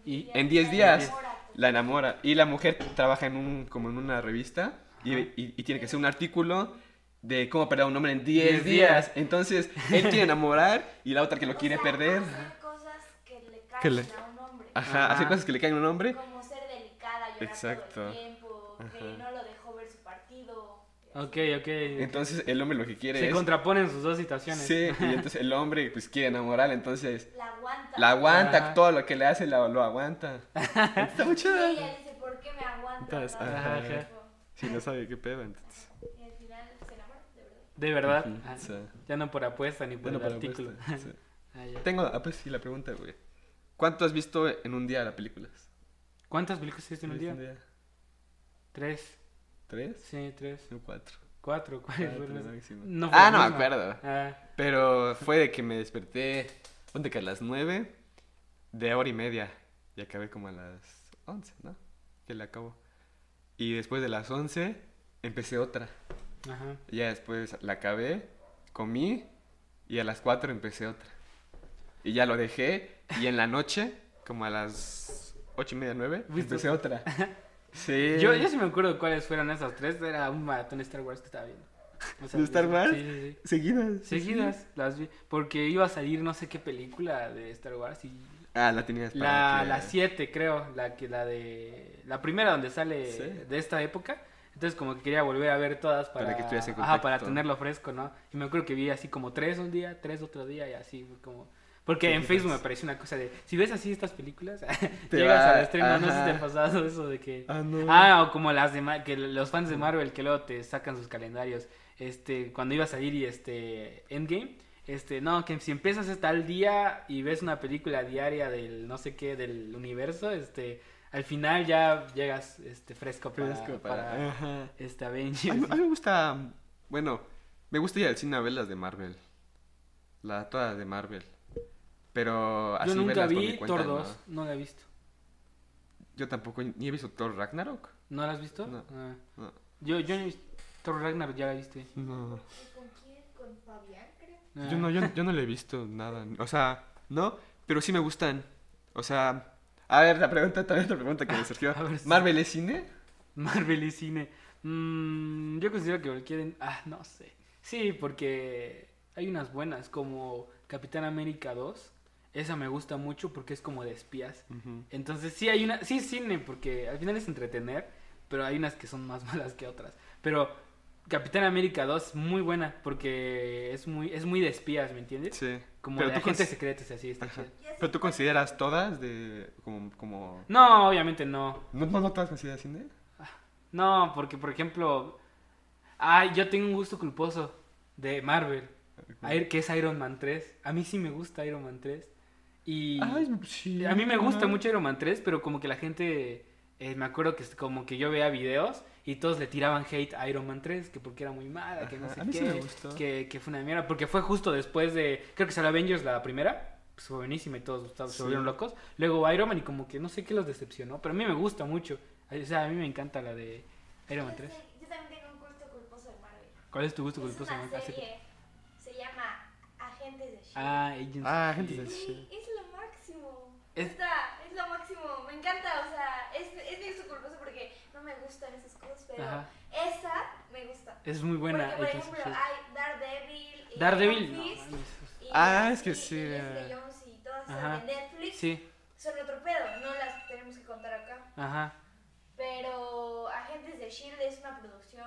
Speaker 3: Y-
Speaker 2: En 10 días
Speaker 4: Enamórate.
Speaker 2: la enamora. Y la mujer trabaja en un, como en una revista y,
Speaker 3: Ajá.
Speaker 2: y- y tiene que hacer un artículo de cómo perder a un hombre en
Speaker 3: 10
Speaker 2: 10
Speaker 3: días.
Speaker 2: días. Entonces, él quiere enamorar y la otra que lo
Speaker 4: O
Speaker 2: quiere
Speaker 4: sea,
Speaker 2: perder.
Speaker 4: hacer cosas que le
Speaker 2: Que le-
Speaker 4: caen a un hombre.
Speaker 2: Ajá,
Speaker 3: Ajá.
Speaker 2: hacer cosas que le caen a un hombre.
Speaker 4: Como ser delicada, llorar todo
Speaker 2: Exacto.
Speaker 4: el tiempo, que
Speaker 2: Ajá.
Speaker 4: no lo dejó ver su partido.
Speaker 3: Ok, ok.
Speaker 2: Entonces, el hombre lo que quiere
Speaker 3: se
Speaker 2: es...
Speaker 3: contraponen sus dos situaciones.
Speaker 2: Sí, y entonces el hombre pues quiere enamorarla, entonces
Speaker 4: La aguanta.
Speaker 2: la aguanta,
Speaker 3: Ajá.
Speaker 2: todo lo que le hace la- lo aguanta. Está muy
Speaker 4: Y
Speaker 2: chida.
Speaker 4: ella dice, ¿por qué me aguanta?
Speaker 2: Entonces,
Speaker 4: tanto
Speaker 3: ajá.
Speaker 4: tiempo?"
Speaker 2: Si no sabe qué pedo, entonces...
Speaker 4: Y al final se enamora, de verdad.
Speaker 3: De verdad.
Speaker 2: Ujú,
Speaker 3: Ah,
Speaker 2: sí.
Speaker 3: Ya no por apuesta ni por
Speaker 2: Bueno,
Speaker 3: el
Speaker 2: para
Speaker 3: artículo.
Speaker 2: apuesta, sí.
Speaker 3: *laughs* Ah, ya.
Speaker 2: Tengo, ah, pues sí, la pregunta, güey. ¿Cuánto has visto en un día las películas?
Speaker 3: ¿Cuántas películas hiciste en un día? Tres.
Speaker 2: ¿Tres?
Speaker 3: Sí, tres.
Speaker 2: No, cuatro.
Speaker 3: Cuatro. ¿Cuáles
Speaker 2: Cuatro,
Speaker 3: fueron?
Speaker 2: máximo.
Speaker 3: No fue
Speaker 2: ah,
Speaker 3: la
Speaker 2: no me
Speaker 3: misma.
Speaker 2: acuerdo.
Speaker 3: Ah,
Speaker 2: Pero fue de que me desperté, ponte que a las nueve, de hora y media. Y acabé como a las once, ¿no? Que le acabo. Y después de las once, empecé otra.
Speaker 3: ajá.
Speaker 2: Ya después la acabé, comí y a las 4 empecé otra. Y ya lo dejé y en la noche, como a las ocho y media, 9,
Speaker 3: ¿Viste
Speaker 2: empecé otra.
Speaker 3: *laughs*
Speaker 2: Sí.
Speaker 3: Yo, yo sí me acuerdo cuáles fueron esas tres. Era un maratón de Star Wars que
Speaker 2: *laughs*
Speaker 3: estaba viendo. O
Speaker 2: ¿De Star
Speaker 3: sí,
Speaker 2: Wars?
Speaker 3: Sí, sí, sí.
Speaker 2: Seguidas.
Speaker 3: Seguidas las vi. Porque iba a salir no sé qué película de Star Wars. Y
Speaker 2: Ah, la tenías para
Speaker 3: la
Speaker 2: que-
Speaker 3: 7, creo. La, que, la, de, la primera donde sale
Speaker 2: Sí.
Speaker 3: de esta época. Entonces, como que quería volver a ver todas para,
Speaker 2: Para que estuvieras en
Speaker 3: ajá, para
Speaker 2: contexto.
Speaker 3: tenerlo fresco, ¿no? Y me acuerdo que vi así como tres un día, tres otro día y así fue como. Porque en
Speaker 2: Seguidas.
Speaker 3: Facebook me apareció una cosa de: si ves así estas películas, *laughs*
Speaker 2: Te
Speaker 3: llegas
Speaker 2: va-
Speaker 3: al estreno. No sé si te ha
Speaker 2: ajá.
Speaker 3: pasado eso de que.
Speaker 2: Ah, no.
Speaker 3: Ah, o como las de Ma- que los fans de Marvel que luego te sacan sus calendarios. Este, cuando iba a salir y este Endgame, este, no, que si empiezas hasta el día y ves una película diaria del no sé qué del universo, este, al final ya llegas este fresco para,
Speaker 2: Fresco
Speaker 3: para,
Speaker 2: para- eh. Ajá.
Speaker 3: este
Speaker 2: A mí,
Speaker 3: Avengers.
Speaker 2: a mí me gusta. Bueno, me gusta ir al cine a ver las de Marvel. La, todas las de Marvel. Pero así
Speaker 3: Yo nunca
Speaker 2: verlas por
Speaker 3: vi
Speaker 2: mi cuenta,
Speaker 3: Thor
Speaker 2: no.
Speaker 3: 2, no. la he visto.
Speaker 2: Yo tampoco ni he visto Thor Ragnarok.
Speaker 3: ¿No la has visto?
Speaker 2: No.
Speaker 3: Ah.
Speaker 2: No.
Speaker 3: Yo yo no he visto- Thor Ragnar ya la viste.
Speaker 2: No.
Speaker 4: ¿Y con quién? ¿Con Fabián, creo?
Speaker 3: Ah.
Speaker 2: Yo no, yo, yo no le he visto nada. O sea, no, pero sí me gustan. O sea, a ver, la pregunta, también otra pregunta
Speaker 3: *laughs*
Speaker 2: que me surgió.
Speaker 3: A ver, sí.
Speaker 2: ¿Marvel es cine?
Speaker 3: Marvel y cine. Mm, yo considero que cualquier... Ah, no sé. Sí, porque hay unas buenas como Capitán América 2. Esa me gusta mucho porque es como de espías. Entonces sí hay una... Sí, es cine, porque al final es entretener, pero hay unas que son más *laughs* malas que otras. Pero Capitán América 2 muy buena porque es muy, es muy de espías, ¿me entiendes?
Speaker 2: Sí.
Speaker 3: Como
Speaker 2: pero
Speaker 3: de
Speaker 2: tú
Speaker 3: agentes
Speaker 2: cons-
Speaker 3: secretos y así. Está
Speaker 2: Ajá.
Speaker 3: chido.
Speaker 4: Ya sé
Speaker 2: ¿Pero tú
Speaker 4: cuál.
Speaker 2: consideras todas de. como. como...
Speaker 3: No, obviamente no.
Speaker 2: ¿No, no, no todas consideras cine?
Speaker 3: No, porque por ejemplo, ay, yo tengo un gusto culposo de Marvel, Air- que es Iron Man 3. A mí sí me gusta Iron Man 3. Y
Speaker 2: Ay, sí,
Speaker 3: a mí me gusta
Speaker 2: ajá.
Speaker 3: mucho Iron Man 3, pero como que la gente, eh, me acuerdo que es como que yo veía videos y todos le tiraban hate a Iron Man 3, que porque era muy mala, que no
Speaker 2: Ajá,
Speaker 3: sé
Speaker 2: a mí
Speaker 3: qué,
Speaker 2: sí me gustó.
Speaker 3: Que, que fue una mierda, porque fue justo después de, creo que salió Avengers la primera. pues, Fue buenísima y todos todos se
Speaker 2: Sí.
Speaker 3: volvieron locos. Luego Iron Man y como que no sé qué los decepcionó, pero a mí me gusta mucho. O sea, a mí me encanta la de Iron Man
Speaker 4: Yo
Speaker 3: 3.
Speaker 4: sé- Yo también tengo un gusto culposo de Marvel.
Speaker 3: ¿Cuál es tu gusto
Speaker 4: Es
Speaker 3: culposo?
Speaker 4: una
Speaker 2: Ah,
Speaker 3: Maca? Así-
Speaker 4: serie. Se llama Agentes de S.H.I.E.L.D.
Speaker 3: Ah, Agents.
Speaker 2: Ah, gente
Speaker 3: Sí.
Speaker 2: de
Speaker 4: Sí,
Speaker 2: cine.
Speaker 4: es lo máximo.
Speaker 3: Es-
Speaker 4: Está- es lo máximo. Me encanta, o sea, es, es mi gusto culposo porque no me gustan esas cosas, pero
Speaker 3: Ajá.
Speaker 4: esa me gusta.
Speaker 3: Es muy buena.
Speaker 4: porque, por
Speaker 3: Agents of
Speaker 4: ejemplo,
Speaker 3: S.H.I.E.L.D..
Speaker 4: hay Daredevil. y
Speaker 3: E Daredevil.
Speaker 4: One
Speaker 3: No,
Speaker 4: Piece,
Speaker 3: mames.
Speaker 4: y-
Speaker 2: Ah, es que
Speaker 4: y-
Speaker 2: sí,
Speaker 4: Y,
Speaker 2: eh.
Speaker 4: Jessica Jones y todas esas
Speaker 3: Ajá.
Speaker 4: de Netflix
Speaker 3: sí,
Speaker 4: son otro pedo, no las tenemos que contar acá.
Speaker 3: ajá.
Speaker 4: Pero Agentes de Shield E es una producción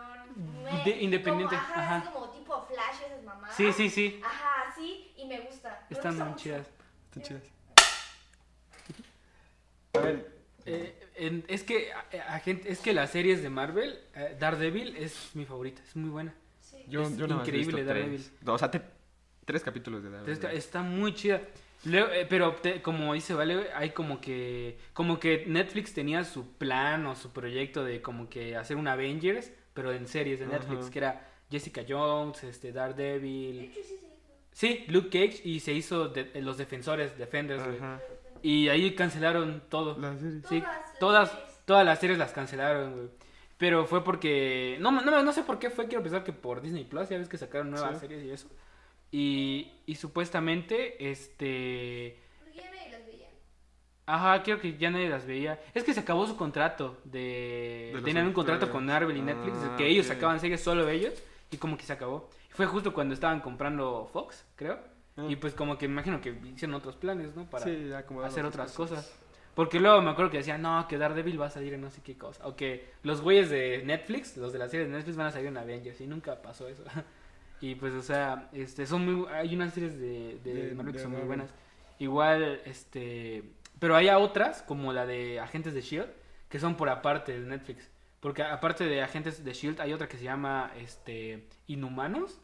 Speaker 4: me-
Speaker 3: De- independiente,
Speaker 4: Como, ajá, así
Speaker 3: ajá.
Speaker 4: como tipo Flash, esas mamás.
Speaker 3: Sí, sí, sí.
Speaker 4: Ajá, sí, y me gusta. Me
Speaker 3: Están
Speaker 4: gusta
Speaker 3: muy
Speaker 4: mucho.
Speaker 3: chidas.
Speaker 2: Están chidas. A ver,
Speaker 3: Eh, en- es que eh, agent- es que las series de Marvel, eh, Daredevil es mi favorita, es muy buena.
Speaker 4: Sí.
Speaker 2: Yo,
Speaker 3: Es
Speaker 2: yo nada más he
Speaker 3: increíble,
Speaker 2: visto
Speaker 3: Daredevil.
Speaker 2: tres. No, o sea, te- tres capítulos de Daredevil.
Speaker 3: Entonces, está, está muy chida. Luego, eh, pero te- como dice Vale, güey, hay como que como que Netflix tenía su plan o su proyecto de como que hacer un Avengers, pero en series de Netflix,
Speaker 2: Ajá.
Speaker 3: que era Jessica Jones, este
Speaker 4: De
Speaker 3: Daredevil.
Speaker 4: hecho, sí se hizo.
Speaker 3: Sí, Luke Cage y se hizo de- los defensores, Defenders, güey.
Speaker 2: Ajá.
Speaker 3: Y ahí cancelaron todo.
Speaker 2: La serie.
Speaker 3: Sí,
Speaker 4: Todas las
Speaker 3: todas,
Speaker 4: series.
Speaker 3: todas las series las cancelaron, güey. Pero fue porque. No, no, no sé por qué fue, quiero pensar que por Disney Plus, ya ves que sacaron nuevas
Speaker 2: Sí.
Speaker 3: series y eso. Y, y supuestamente, este.
Speaker 4: Porque ya nadie las veía.
Speaker 3: Ajá, creo que ya nadie las veía. Es que se acabó su contrato de...
Speaker 2: De los
Speaker 3: Tenían un contrato
Speaker 2: actores.
Speaker 3: con Marvel y Netflix,
Speaker 2: Ah,
Speaker 3: que ellos
Speaker 2: ok.
Speaker 3: sacaban series solo ellos, y como que se acabó. Fue justo cuando estaban comprando Fox, creo.
Speaker 2: Ah.
Speaker 3: Y pues como que me imagino que hicieron otros planes, ¿no? Para
Speaker 2: Sí, ya como
Speaker 3: hacer otras cosas. Porque luego me acuerdo que decían, no, que Daredevil va a salir en no sé qué cosa. O que los güeyes de Netflix, los de la serie de Netflix, van a salir en Avengers. Y nunca pasó eso. *laughs* y pues, o sea, este, son muy, hay unas series de, de
Speaker 2: De-
Speaker 3: Marvel que
Speaker 2: de
Speaker 3: son muy
Speaker 2: Marvel.
Speaker 3: buenas. Igual, este. Pero hay otras, como la de Agentes de Shield, E que son por aparte de Netflix. Porque aparte de Agentes de Shield, E hay otra que se llama este, Inhumanos.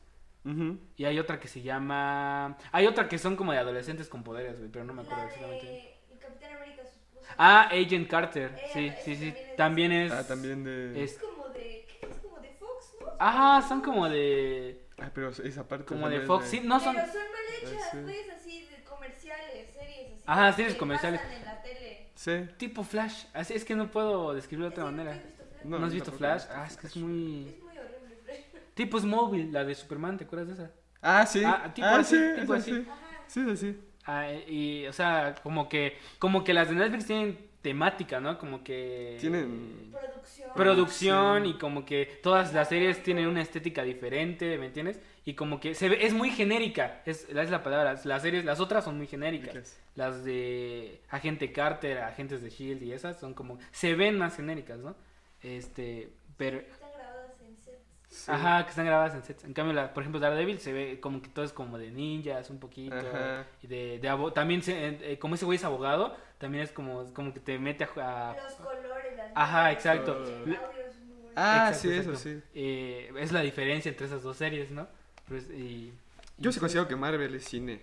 Speaker 2: Ujú.
Speaker 3: Y hay otra que se llama. Hay otra que son como de adolescentes con poderes, güey, pero no me acuerdo
Speaker 4: La
Speaker 3: exactamente.
Speaker 4: de el Capitán América, su esposa.
Speaker 3: Ah, Agent Carter.
Speaker 4: Eh,
Speaker 3: Sí,
Speaker 4: ese
Speaker 3: sí, sí.
Speaker 4: también es-
Speaker 3: También es.
Speaker 2: Ah, también de.
Speaker 3: es-
Speaker 4: Es como de. ¿Qué es? Como de Fox, ¿no?
Speaker 3: Ajá, son como de.
Speaker 2: Ah, pero esa parte.
Speaker 3: Como
Speaker 2: no
Speaker 3: de
Speaker 2: es
Speaker 3: Fox. Sí, no son.
Speaker 4: Pero son mal
Speaker 2: Ah,
Speaker 4: hechas,
Speaker 2: Ese.
Speaker 4: pues, así, de comerciales, series, así.
Speaker 3: Ajá,
Speaker 4: que
Speaker 3: series comerciales.
Speaker 4: Pasan en la tele.
Speaker 2: Sí.
Speaker 3: Tipo Flash. Así es que no puedo describirlo de otra
Speaker 4: Es que nunca he
Speaker 3: manera.
Speaker 4: visto Flash.
Speaker 3: ¿No,
Speaker 2: No,
Speaker 3: has visto
Speaker 2: tampoco
Speaker 3: Flash?
Speaker 2: he visto
Speaker 3: Ah, es que es
Speaker 2: Flash.
Speaker 3: muy.
Speaker 4: Es muy horrible, Flash.
Speaker 3: *laughs* Tipo Smallville, la de Superman, ¿te acuerdas de esa?
Speaker 2: Ah, sí.
Speaker 3: Ah, tipo
Speaker 2: ah,
Speaker 3: así,
Speaker 2: sí,
Speaker 3: tipo
Speaker 2: es
Speaker 3: así.
Speaker 4: Ajá.
Speaker 2: Sí, es así.
Speaker 3: Ah, y, o sea, como que. Como que las de Netflix tienen temática, ¿no? Como que.
Speaker 2: Tienen-
Speaker 4: Producción.
Speaker 3: producción
Speaker 2: Producción.
Speaker 3: y como que todas las series tienen una estética diferente, ¿me entiendes? Y como que se ve, es muy genérica, es, la- es la palabra, las series, las otras son muy genéricas.
Speaker 2: Ricas.
Speaker 3: Las de Agente Carter, Agentes de Shield E y esas son como, se ven más genéricas, ¿no? Este, pero,
Speaker 4: Están grabadas en sets.
Speaker 2: Sí.
Speaker 3: ajá, que están grabadas en sets. En cambio, la, por ejemplo, Daredevil se ve como que todo es como de ninjas, un poquito.
Speaker 2: Ajá.
Speaker 3: Y de, de abo- también, se- eh, como ese güey es abogado, también es como, como que te mete a, ju- a-
Speaker 4: Los colores, las
Speaker 3: Ah. Ajá,
Speaker 4: luces,
Speaker 3: exacto.
Speaker 4: el audio es muy bonito.
Speaker 2: Ah,
Speaker 3: Exacto,
Speaker 2: sí, eso
Speaker 3: exacto.
Speaker 2: sí.
Speaker 3: eh, es la diferencia entre esas dos series, ¿no? Pero es- y-
Speaker 2: Yo
Speaker 3: y-
Speaker 2: sí considero que Marvel es cine.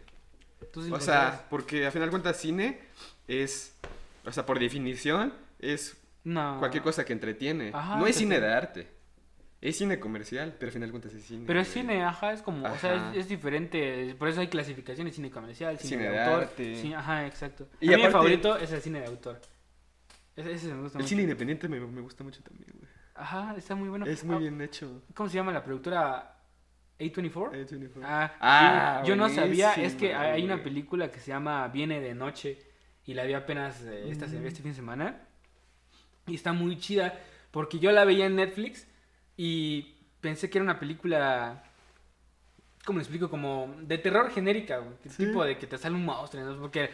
Speaker 3: tú sí
Speaker 2: O
Speaker 3: lo
Speaker 2: sea,
Speaker 3: consideras.
Speaker 2: porque al final de cuentas cine es, o sea, por definición, es
Speaker 3: no.
Speaker 2: cualquier cosa que entretiene.
Speaker 3: Ah. Ajá,
Speaker 2: no es
Speaker 3: pues
Speaker 2: cine
Speaker 3: sí.
Speaker 2: de arte. Es cine comercial, pero al final de cuentas es cine.
Speaker 3: Pero es
Speaker 2: güey.
Speaker 3: cine, ajá, es como, o sea,
Speaker 2: Ajá.
Speaker 3: es, es diferente, por eso hay clasificaciones, cine comercial, cine,
Speaker 2: Cine
Speaker 3: de
Speaker 2: de
Speaker 3: autor.
Speaker 2: arte.
Speaker 3: cine- ajá, exacto.
Speaker 2: Y
Speaker 3: a mí mi
Speaker 2: aparte-
Speaker 3: favorito es el cine de autor. Ese, ese me gusta
Speaker 2: El
Speaker 3: mucho.
Speaker 2: cine independiente me, me gusta mucho también, güey.
Speaker 3: Ajá, está muy bueno.
Speaker 2: Es muy
Speaker 3: Ah,
Speaker 2: bien hecho.
Speaker 3: ¿Cómo se llama la productora? ¿A24?
Speaker 2: Eh, Jennifer.
Speaker 3: Ah,
Speaker 2: Ah,
Speaker 3: yo, yo no sabía, es
Speaker 2: buenísima,
Speaker 3: que hay una
Speaker 2: güey.
Speaker 3: película que se llama Viene de noche y la vi apenas eh, esta
Speaker 2: Mm.
Speaker 3: se- este fin de semana y está muy chida porque yo la veía en Netflix y pensé que era una película ¿cómo le explico? Como de terror genérica, güey, que
Speaker 2: Sí.
Speaker 3: tipo de que te sale un monstruo, ¿no? porque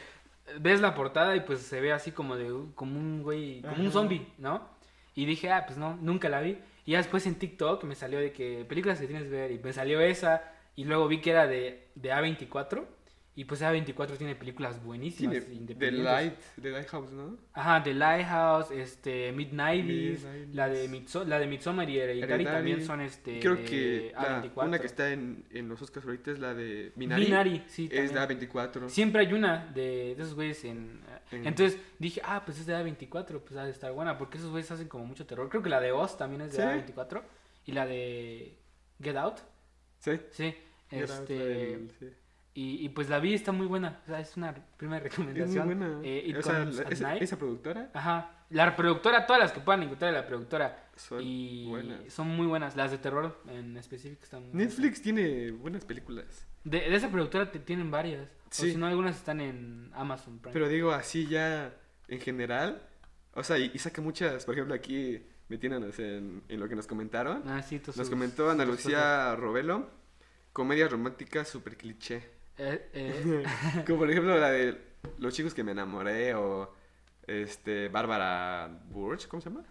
Speaker 3: ves la portada y pues se ve así como de como un güey, como un
Speaker 2: Ajá.
Speaker 3: zombie, ¿no? Y dije, ah, pues no, nunca la vi. Y ya después en TikTok me salió de que películas que tienes que ver y me salió esa y luego vi que era de, de A24 y pues A24 tiene películas buenísimas
Speaker 2: Cine de
Speaker 3: independientes.
Speaker 2: Light, de Lighthouse, ¿no?
Speaker 3: Ajá, The Lighthouse, este, Midnighties,
Speaker 2: Midnighties.
Speaker 3: la de, Midso- la de Midsommar y Hereditary
Speaker 2: Hereditary.
Speaker 3: también son este,
Speaker 2: Creo
Speaker 3: de
Speaker 2: que la-
Speaker 3: A24.
Speaker 2: una que está en, en los Oscars ahorita es la de Minari.
Speaker 3: Minari, sí,
Speaker 2: es
Speaker 3: también.
Speaker 2: de A24.
Speaker 3: Siempre hay una de, de esos güeyes en...
Speaker 2: En-
Speaker 3: Entonces dije, ah, pues es de A24, pues ha de estar buena, porque esos güeyes hacen como mucho terror. Creo que la de Oz también es de
Speaker 2: Sí.
Speaker 3: A24 y la de Get Out,
Speaker 2: Sí.
Speaker 3: sí.
Speaker 2: Era otra
Speaker 3: Este,
Speaker 2: del- sí.
Speaker 3: y, y pues la vi, está muy buena, o sea, es una primera
Speaker 2: Es muy
Speaker 3: recomendación.
Speaker 2: buena.
Speaker 3: Eh, It
Speaker 2: o sea,
Speaker 3: Comes
Speaker 2: la-
Speaker 3: at
Speaker 2: esa,
Speaker 3: Night.
Speaker 2: esa productora
Speaker 3: Ajá, la productora, todas las que puedan encontrar de la productora.
Speaker 2: son
Speaker 3: y
Speaker 2: buenas.
Speaker 3: son muy buenas. Las de terror en específico están muy buenas.
Speaker 2: Netflix tiene buenas películas.
Speaker 3: De, de esa productora te, tienen varias. O
Speaker 2: Sí.
Speaker 3: si no, algunas están en Amazon Prime.
Speaker 2: Pero digo, así ya en general. O sea, y, y saca muchas. Por ejemplo, aquí metieron o sea, en, en lo que nos comentaron.
Speaker 3: Ah, sí, tus-
Speaker 2: Nos
Speaker 3: sus-
Speaker 2: comentó Ana
Speaker 3: sus cosas.
Speaker 2: Lucía Robelo. Comedias románticas super cliché.
Speaker 3: Eh, eh,
Speaker 2: *laughs* Como por ejemplo la de Los chicos que me enamoré o este Bárbara Burch, ¿cómo se llama?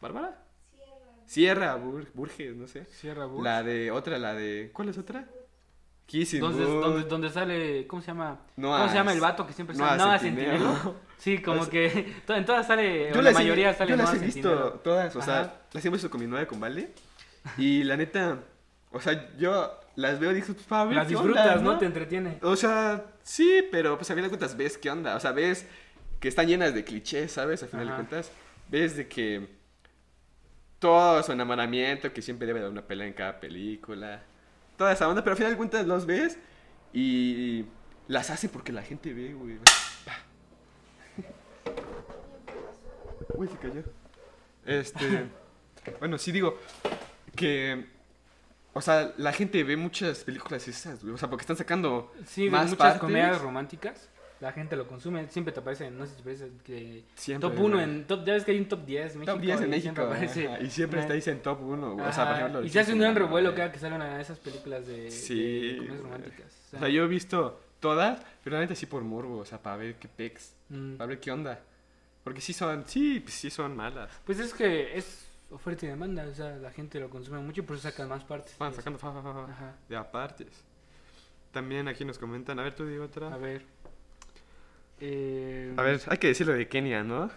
Speaker 2: ¿Bárbara?
Speaker 4: Cierra.
Speaker 2: Sierra Bur- Burges, no sé.
Speaker 3: Sierra Burch.
Speaker 2: La de otra, la de ¿cuál es otra? Kissing
Speaker 3: Entonces,
Speaker 2: Booth.
Speaker 3: donde, donde sale, ¿cómo se llama?
Speaker 2: Noah-
Speaker 3: ¿Cómo se llama el vato que siempre
Speaker 2: Noah
Speaker 3: sale? Noah
Speaker 2: Centineo.
Speaker 3: Centineo. Sí, como
Speaker 2: O sea,
Speaker 3: que *laughs* to- en todas sale, o
Speaker 2: Yo
Speaker 3: la
Speaker 2: las he-
Speaker 3: mayoría sale
Speaker 2: Yo las
Speaker 3: Noah
Speaker 2: he visto
Speaker 3: Centineo.
Speaker 2: todas, o
Speaker 3: Ajá.
Speaker 2: sea, las hemos visto con mi novia con Vale. Y la neta, O sea, yo las veo y digo, pues, para ver
Speaker 3: Las
Speaker 2: qué onda,
Speaker 3: disfrutas, ¿no? Te entretiene.
Speaker 2: O sea, sí, pero pues a final de cuentas ves qué onda. O sea, ves que están llenas de clichés, ¿sabes? A final
Speaker 3: Ajá.
Speaker 2: de cuentas, ves de que todo su enamoramiento, que siempre debe de haber una pelea en cada película, toda esa onda, pero a final de cuentas los ves y las hace porque la gente ve, güey. Pa. *laughs* Uy, se cayó. Este. bueno, sí digo que. O sea, la gente ve muchas películas esas, güey. O sea, porque están sacando
Speaker 3: Sí, de
Speaker 2: más
Speaker 3: muchas
Speaker 2: partes.
Speaker 3: comedias románticas. La gente lo consume. Siempre te aparece, no sé si te aparece que
Speaker 2: Siempre,
Speaker 3: top 1
Speaker 2: güey.
Speaker 3: en top. Ya ves que hay un top 10 en México.
Speaker 2: Top 10 en
Speaker 3: y
Speaker 2: México.
Speaker 3: siempre aparece
Speaker 2: ajá, y siempre
Speaker 3: una-
Speaker 2: está dicen top 1. O sea,
Speaker 3: Ajá,
Speaker 2: por ejemplo,
Speaker 3: y se hace un gran
Speaker 2: Disney,
Speaker 3: revuelo
Speaker 2: güey.
Speaker 3: cada que sale una de esas películas de,
Speaker 2: Sí,
Speaker 3: de comedias
Speaker 2: güey.
Speaker 3: románticas.
Speaker 2: O sea, yo he visto todas, pero realmente así por morbo. O sea, para ver qué pex.
Speaker 3: mm.
Speaker 2: Para ver qué onda. Porque sí son, sí, pues, sí son malas.
Speaker 3: Pues es que es oferta y demanda. O sea, la gente lo consume mucho y por eso sacan más partes.
Speaker 2: Van
Speaker 3: de eso.
Speaker 2: sacando fa, fa, fa, fa,
Speaker 3: Ajá.
Speaker 2: de apartes. También aquí nos comentan, a ver, tú di otra.
Speaker 3: A ver. Eh,
Speaker 2: A ver, hay que decirlo de Kenia, ¿no?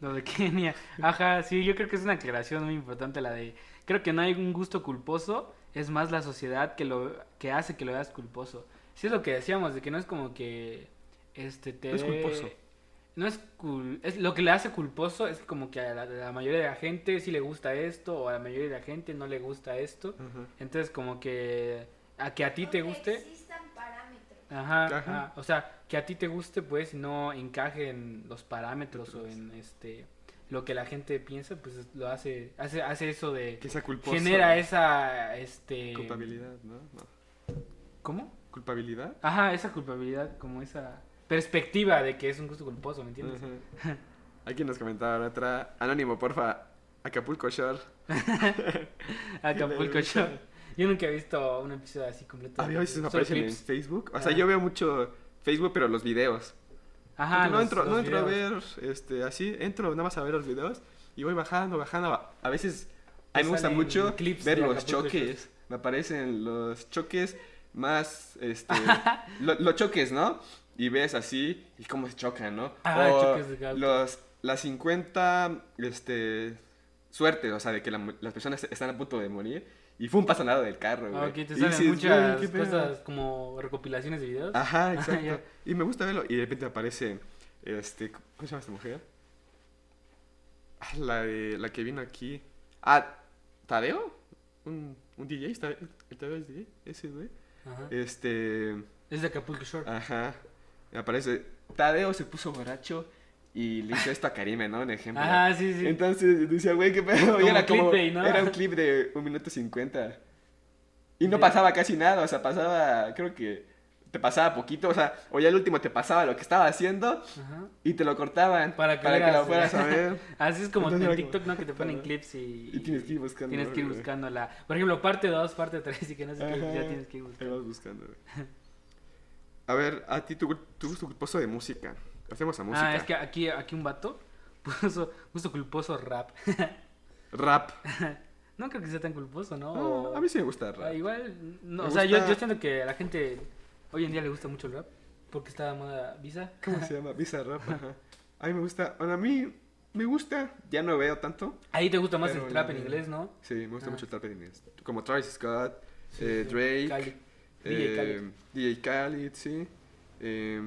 Speaker 3: Lo de Kenia. Ajá, sí, yo creo que es una aclaración muy importante la de. Creo que no hay un gusto culposo, es más la sociedad que lo que hace que lo veas culposo. Sí es lo que decíamos, de que no es como que este te
Speaker 2: No es
Speaker 3: dé-
Speaker 2: culposo.
Speaker 3: No es cul- es lo que le hace culposo es como que a la, a la mayoría de la gente sí le gusta esto o a la mayoría de la gente no le gusta esto. Entonces como que a que a ti te
Speaker 4: Aunque
Speaker 3: guste,
Speaker 4: existan parámetros.
Speaker 3: Ajá,
Speaker 2: Ajá.
Speaker 3: ajá. O sea, que a ti te guste, pues, y no encaje en los parámetros o en este lo que la gente piensa, pues es- lo hace, hace, hace eso de
Speaker 2: Que sea culposo.
Speaker 3: genera esa este
Speaker 2: Culpabilidad, ¿no? No.
Speaker 3: ¿Cómo?
Speaker 2: ¿Culpabilidad?
Speaker 3: Ajá, esa culpabilidad, como esa perspectiva de que es un gusto culposo, ¿me entiendes?
Speaker 2: Ujú. Aquí nos comentaban otra. Anónimo, porfa. Acapulco Shore.
Speaker 3: Ah,
Speaker 2: *laughs*
Speaker 3: Acapulco Shore. Yo nunca he visto un episodio así completo.
Speaker 2: Había Ah, veces que
Speaker 3: Solo
Speaker 2: aparecen en este.
Speaker 3: clips.
Speaker 2: Facebook. O sea,
Speaker 3: Ah.
Speaker 2: yo veo mucho Facebook, pero los videos.
Speaker 3: Ajá,
Speaker 2: Porque no
Speaker 3: los-
Speaker 2: entro, no
Speaker 3: los
Speaker 2: entro a
Speaker 3: videos.
Speaker 2: ver este, así. Entro nada más a ver los videos y voy bajando, bajando. A, a veces a mí me gusta
Speaker 3: salen
Speaker 2: mucho
Speaker 3: clips
Speaker 2: ver
Speaker 3: de
Speaker 2: los
Speaker 3: Acapulco
Speaker 2: choques. Me aparecen los choques más.
Speaker 3: *laughs*
Speaker 2: Este, lo- los choques, ¿no? Y ves así y cómo se chocan, ¿no?
Speaker 3: Ah,
Speaker 2: O
Speaker 3: choques de gato.
Speaker 2: los, las 50 este, suerte, o sea, de que la mu- las personas están a punto de morir y ¡fum! pasa al lado del carro, güey.
Speaker 3: Ah, ok, te
Speaker 2: Y
Speaker 3: salen
Speaker 2: dices,
Speaker 3: muchas
Speaker 2: "Güey, qué pedo". Ah.
Speaker 3: cosas como recopilaciones de videos.
Speaker 2: Ajá,
Speaker 3: Ajá,
Speaker 2: exacto.
Speaker 3: ya.
Speaker 2: y me gusta verlo. Y de repente aparece, este, ¿cómo se llama esta mujer? Ah, La, de, la que vino aquí. Ah, ¿Tadeo? ¿Un, un DJ? ¿Está- ¿El Tadeo es DJ? ¿Ese güey?
Speaker 3: Ajá.
Speaker 2: Este,
Speaker 3: Es de Acapulco Shore.
Speaker 2: ajá. Me aparece, Tadeo se puso borracho y le hizo esto a Karime, ¿no? Un ejemplo.
Speaker 3: Ajá, sí, sí.
Speaker 2: Entonces decía, güey, qué pedo.
Speaker 3: Como
Speaker 2: Y era, como,
Speaker 3: clickbait, ¿no?
Speaker 2: era un clip de un minuto cincuenta. Y no
Speaker 3: Ya.
Speaker 2: pasaba casi nada, o sea, pasaba, creo que te pasaba poquito, o sea, o ya el último te pasaba lo que estaba haciendo
Speaker 3: Ajá.
Speaker 2: y te lo cortaban
Speaker 3: Para que
Speaker 2: lo
Speaker 3: veas.
Speaker 2: fueras a ver.
Speaker 3: *laughs* Así es como
Speaker 2: Entonces
Speaker 3: en
Speaker 2: era
Speaker 3: TikTok, ¿no? Que te ponen
Speaker 2: Ajá.
Speaker 3: clips y...
Speaker 2: Y tienes que ir buscando,
Speaker 3: Tienes que ir
Speaker 2: güey.
Speaker 3: buscándola. Por ejemplo, parte 2, parte 3 y que no sé qué, ya
Speaker 2: Ajá,
Speaker 3: tienes que ir
Speaker 2: ahí
Speaker 3: buscando.
Speaker 2: vas buscando, güey. A ver, a ti tu, tu, tu pozo de música. Hacemos a música.
Speaker 3: Ah, es que aquí, aquí un vato *laughs* puso gusto culposo rap. *laughs*
Speaker 2: Rap.
Speaker 3: no creo que sea tan culposo, ¿no?
Speaker 2: Ah, a mí sí me gusta el rap.
Speaker 3: Ah, Igual, no,
Speaker 2: Me
Speaker 3: o sea, yo,
Speaker 2: gusta-
Speaker 3: yo siento que a la gente hoy en día le gusta mucho el rap porque está de moda Visa.
Speaker 2: ¿Cómo se llama? Bizarrap, ajá. A mí me gusta, bueno, a mí me gusta, ya no veo tanto.
Speaker 3: Ahí te gusta más
Speaker 2: Pero
Speaker 3: el trap
Speaker 2: la
Speaker 3: en
Speaker 2: de-
Speaker 3: inglés, ¿no?
Speaker 2: Sí, me gusta
Speaker 3: Ah.
Speaker 2: mucho el trap en inglés. Como Travis Scott,
Speaker 3: Sí,
Speaker 2: eh,
Speaker 3: sí.
Speaker 2: Drake,
Speaker 3: Cali. DJ
Speaker 2: DJ,
Speaker 3: Khaled.
Speaker 2: Khaled. DJ Khaled, sí. Eh,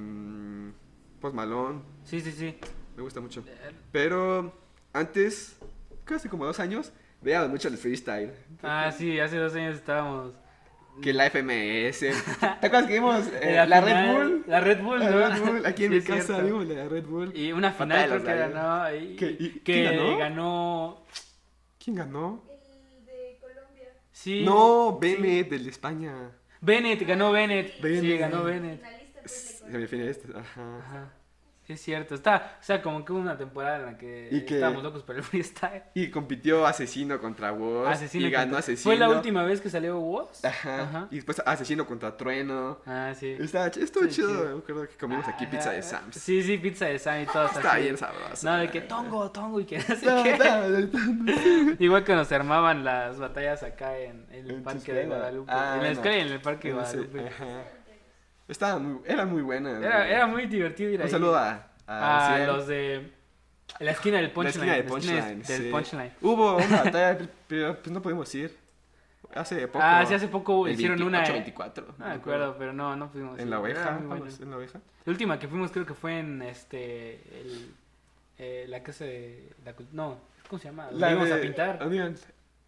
Speaker 2: Post Malone,
Speaker 3: Sí, sí, sí.
Speaker 2: me gusta mucho.
Speaker 3: Eh,
Speaker 2: Pero antes, casi como dos años, veía mucho el freestyle.
Speaker 3: Ah, sí, hace dos años estábamos...
Speaker 2: Que la FMS. ¿Te acuerdas que
Speaker 3: *laughs*
Speaker 2: vimos eh,
Speaker 3: Eh,
Speaker 2: la,
Speaker 3: final-
Speaker 2: Red Bull?
Speaker 3: La Red Bull,
Speaker 2: La
Speaker 3: ¿no?
Speaker 2: Red Bull, aquí en
Speaker 3: *laughs*
Speaker 2: mi
Speaker 3: Sí, es
Speaker 2: casa
Speaker 3: cierto.
Speaker 2: vimos la Red Bull.
Speaker 3: Y una final
Speaker 2: Batalla de
Speaker 3: creo
Speaker 2: los
Speaker 3: que
Speaker 2: Gallos.
Speaker 3: ganó. ahí,
Speaker 2: ¿Qué- y-
Speaker 3: que
Speaker 2: quién ganó?
Speaker 3: ganó?
Speaker 2: ¿Quién ganó?
Speaker 4: El de Colombia.
Speaker 3: Sí.
Speaker 2: no,
Speaker 3: sí.
Speaker 2: Bennett, del de España.
Speaker 3: Bennett, ganó Bennett. Sí,
Speaker 2: Bennett.
Speaker 3: ganó Bennett.
Speaker 4: Finalista pues, fue el de Colombia.
Speaker 2: Semifinalista, este, ajá.
Speaker 3: Ajá. Sí, es cierto. Está, o sea, como que hubo una temporada en la que,
Speaker 2: Y que-
Speaker 3: estábamos locos por el *laughs* freestyle.
Speaker 2: Y compitió Asesino contra Woz.
Speaker 3: Asesino
Speaker 2: y ganó
Speaker 3: contra-
Speaker 2: Asesino.
Speaker 3: Fue la última vez que salió Woz.
Speaker 2: Ajá. Y después Asesino contra Trueno.
Speaker 3: Ah, sí.
Speaker 2: Está, ch- estuvo
Speaker 3: Sí,
Speaker 2: chido.
Speaker 3: chido.
Speaker 2: Me acuerdo que comimos aquí
Speaker 3: Ah,
Speaker 2: pizza de Sam's.
Speaker 3: Sí, sí, pizza de Sam y todo.
Speaker 2: Está bien sabroso.
Speaker 3: No, de que tongo, tongo y que *laughs* no
Speaker 2: *laughs*
Speaker 3: sé
Speaker 2: No,
Speaker 3: qué.
Speaker 2: está- está-
Speaker 3: *laughs* Igual que nos armaban las batallas acá en el
Speaker 2: En tu
Speaker 3: Parque de
Speaker 2: escuela.
Speaker 3: Guadalupe.
Speaker 2: Ah,
Speaker 3: en la
Speaker 2: no.
Speaker 3: escuela y en el Parque de
Speaker 2: No sé,
Speaker 3: Guadalupe.
Speaker 2: ajá. Estaba muy, era muy buena.
Speaker 3: Era, era muy divertido ir ahí.
Speaker 2: Un saludo a, a
Speaker 3: a
Speaker 2: Ciel,
Speaker 3: los de la esquina del
Speaker 2: la
Speaker 3: punchline.
Speaker 2: esquina de
Speaker 3: la esquina
Speaker 2: Punchline.
Speaker 3: del *laughs*
Speaker 2: sí.
Speaker 3: punchline.
Speaker 2: Hubo una batalla, pero pues no pudimos ir. Hace poco.
Speaker 3: Ah, sí, hace poco
Speaker 2: el
Speaker 3: hicieron una.
Speaker 2: 28,
Speaker 3: eh, No
Speaker 2: 24.
Speaker 3: me acuerdo, pero no, no fuimos.
Speaker 2: En la
Speaker 3: Era
Speaker 2: oveja.
Speaker 3: muy buena. Ah,
Speaker 2: vamos, En la oveja.
Speaker 3: La última que fuimos creo que fue en este. el- eh, la casa de. La, cul- no, ¿cómo se llama? La
Speaker 2: La
Speaker 3: íbamos a
Speaker 2: de-
Speaker 3: pintar.
Speaker 2: oigan,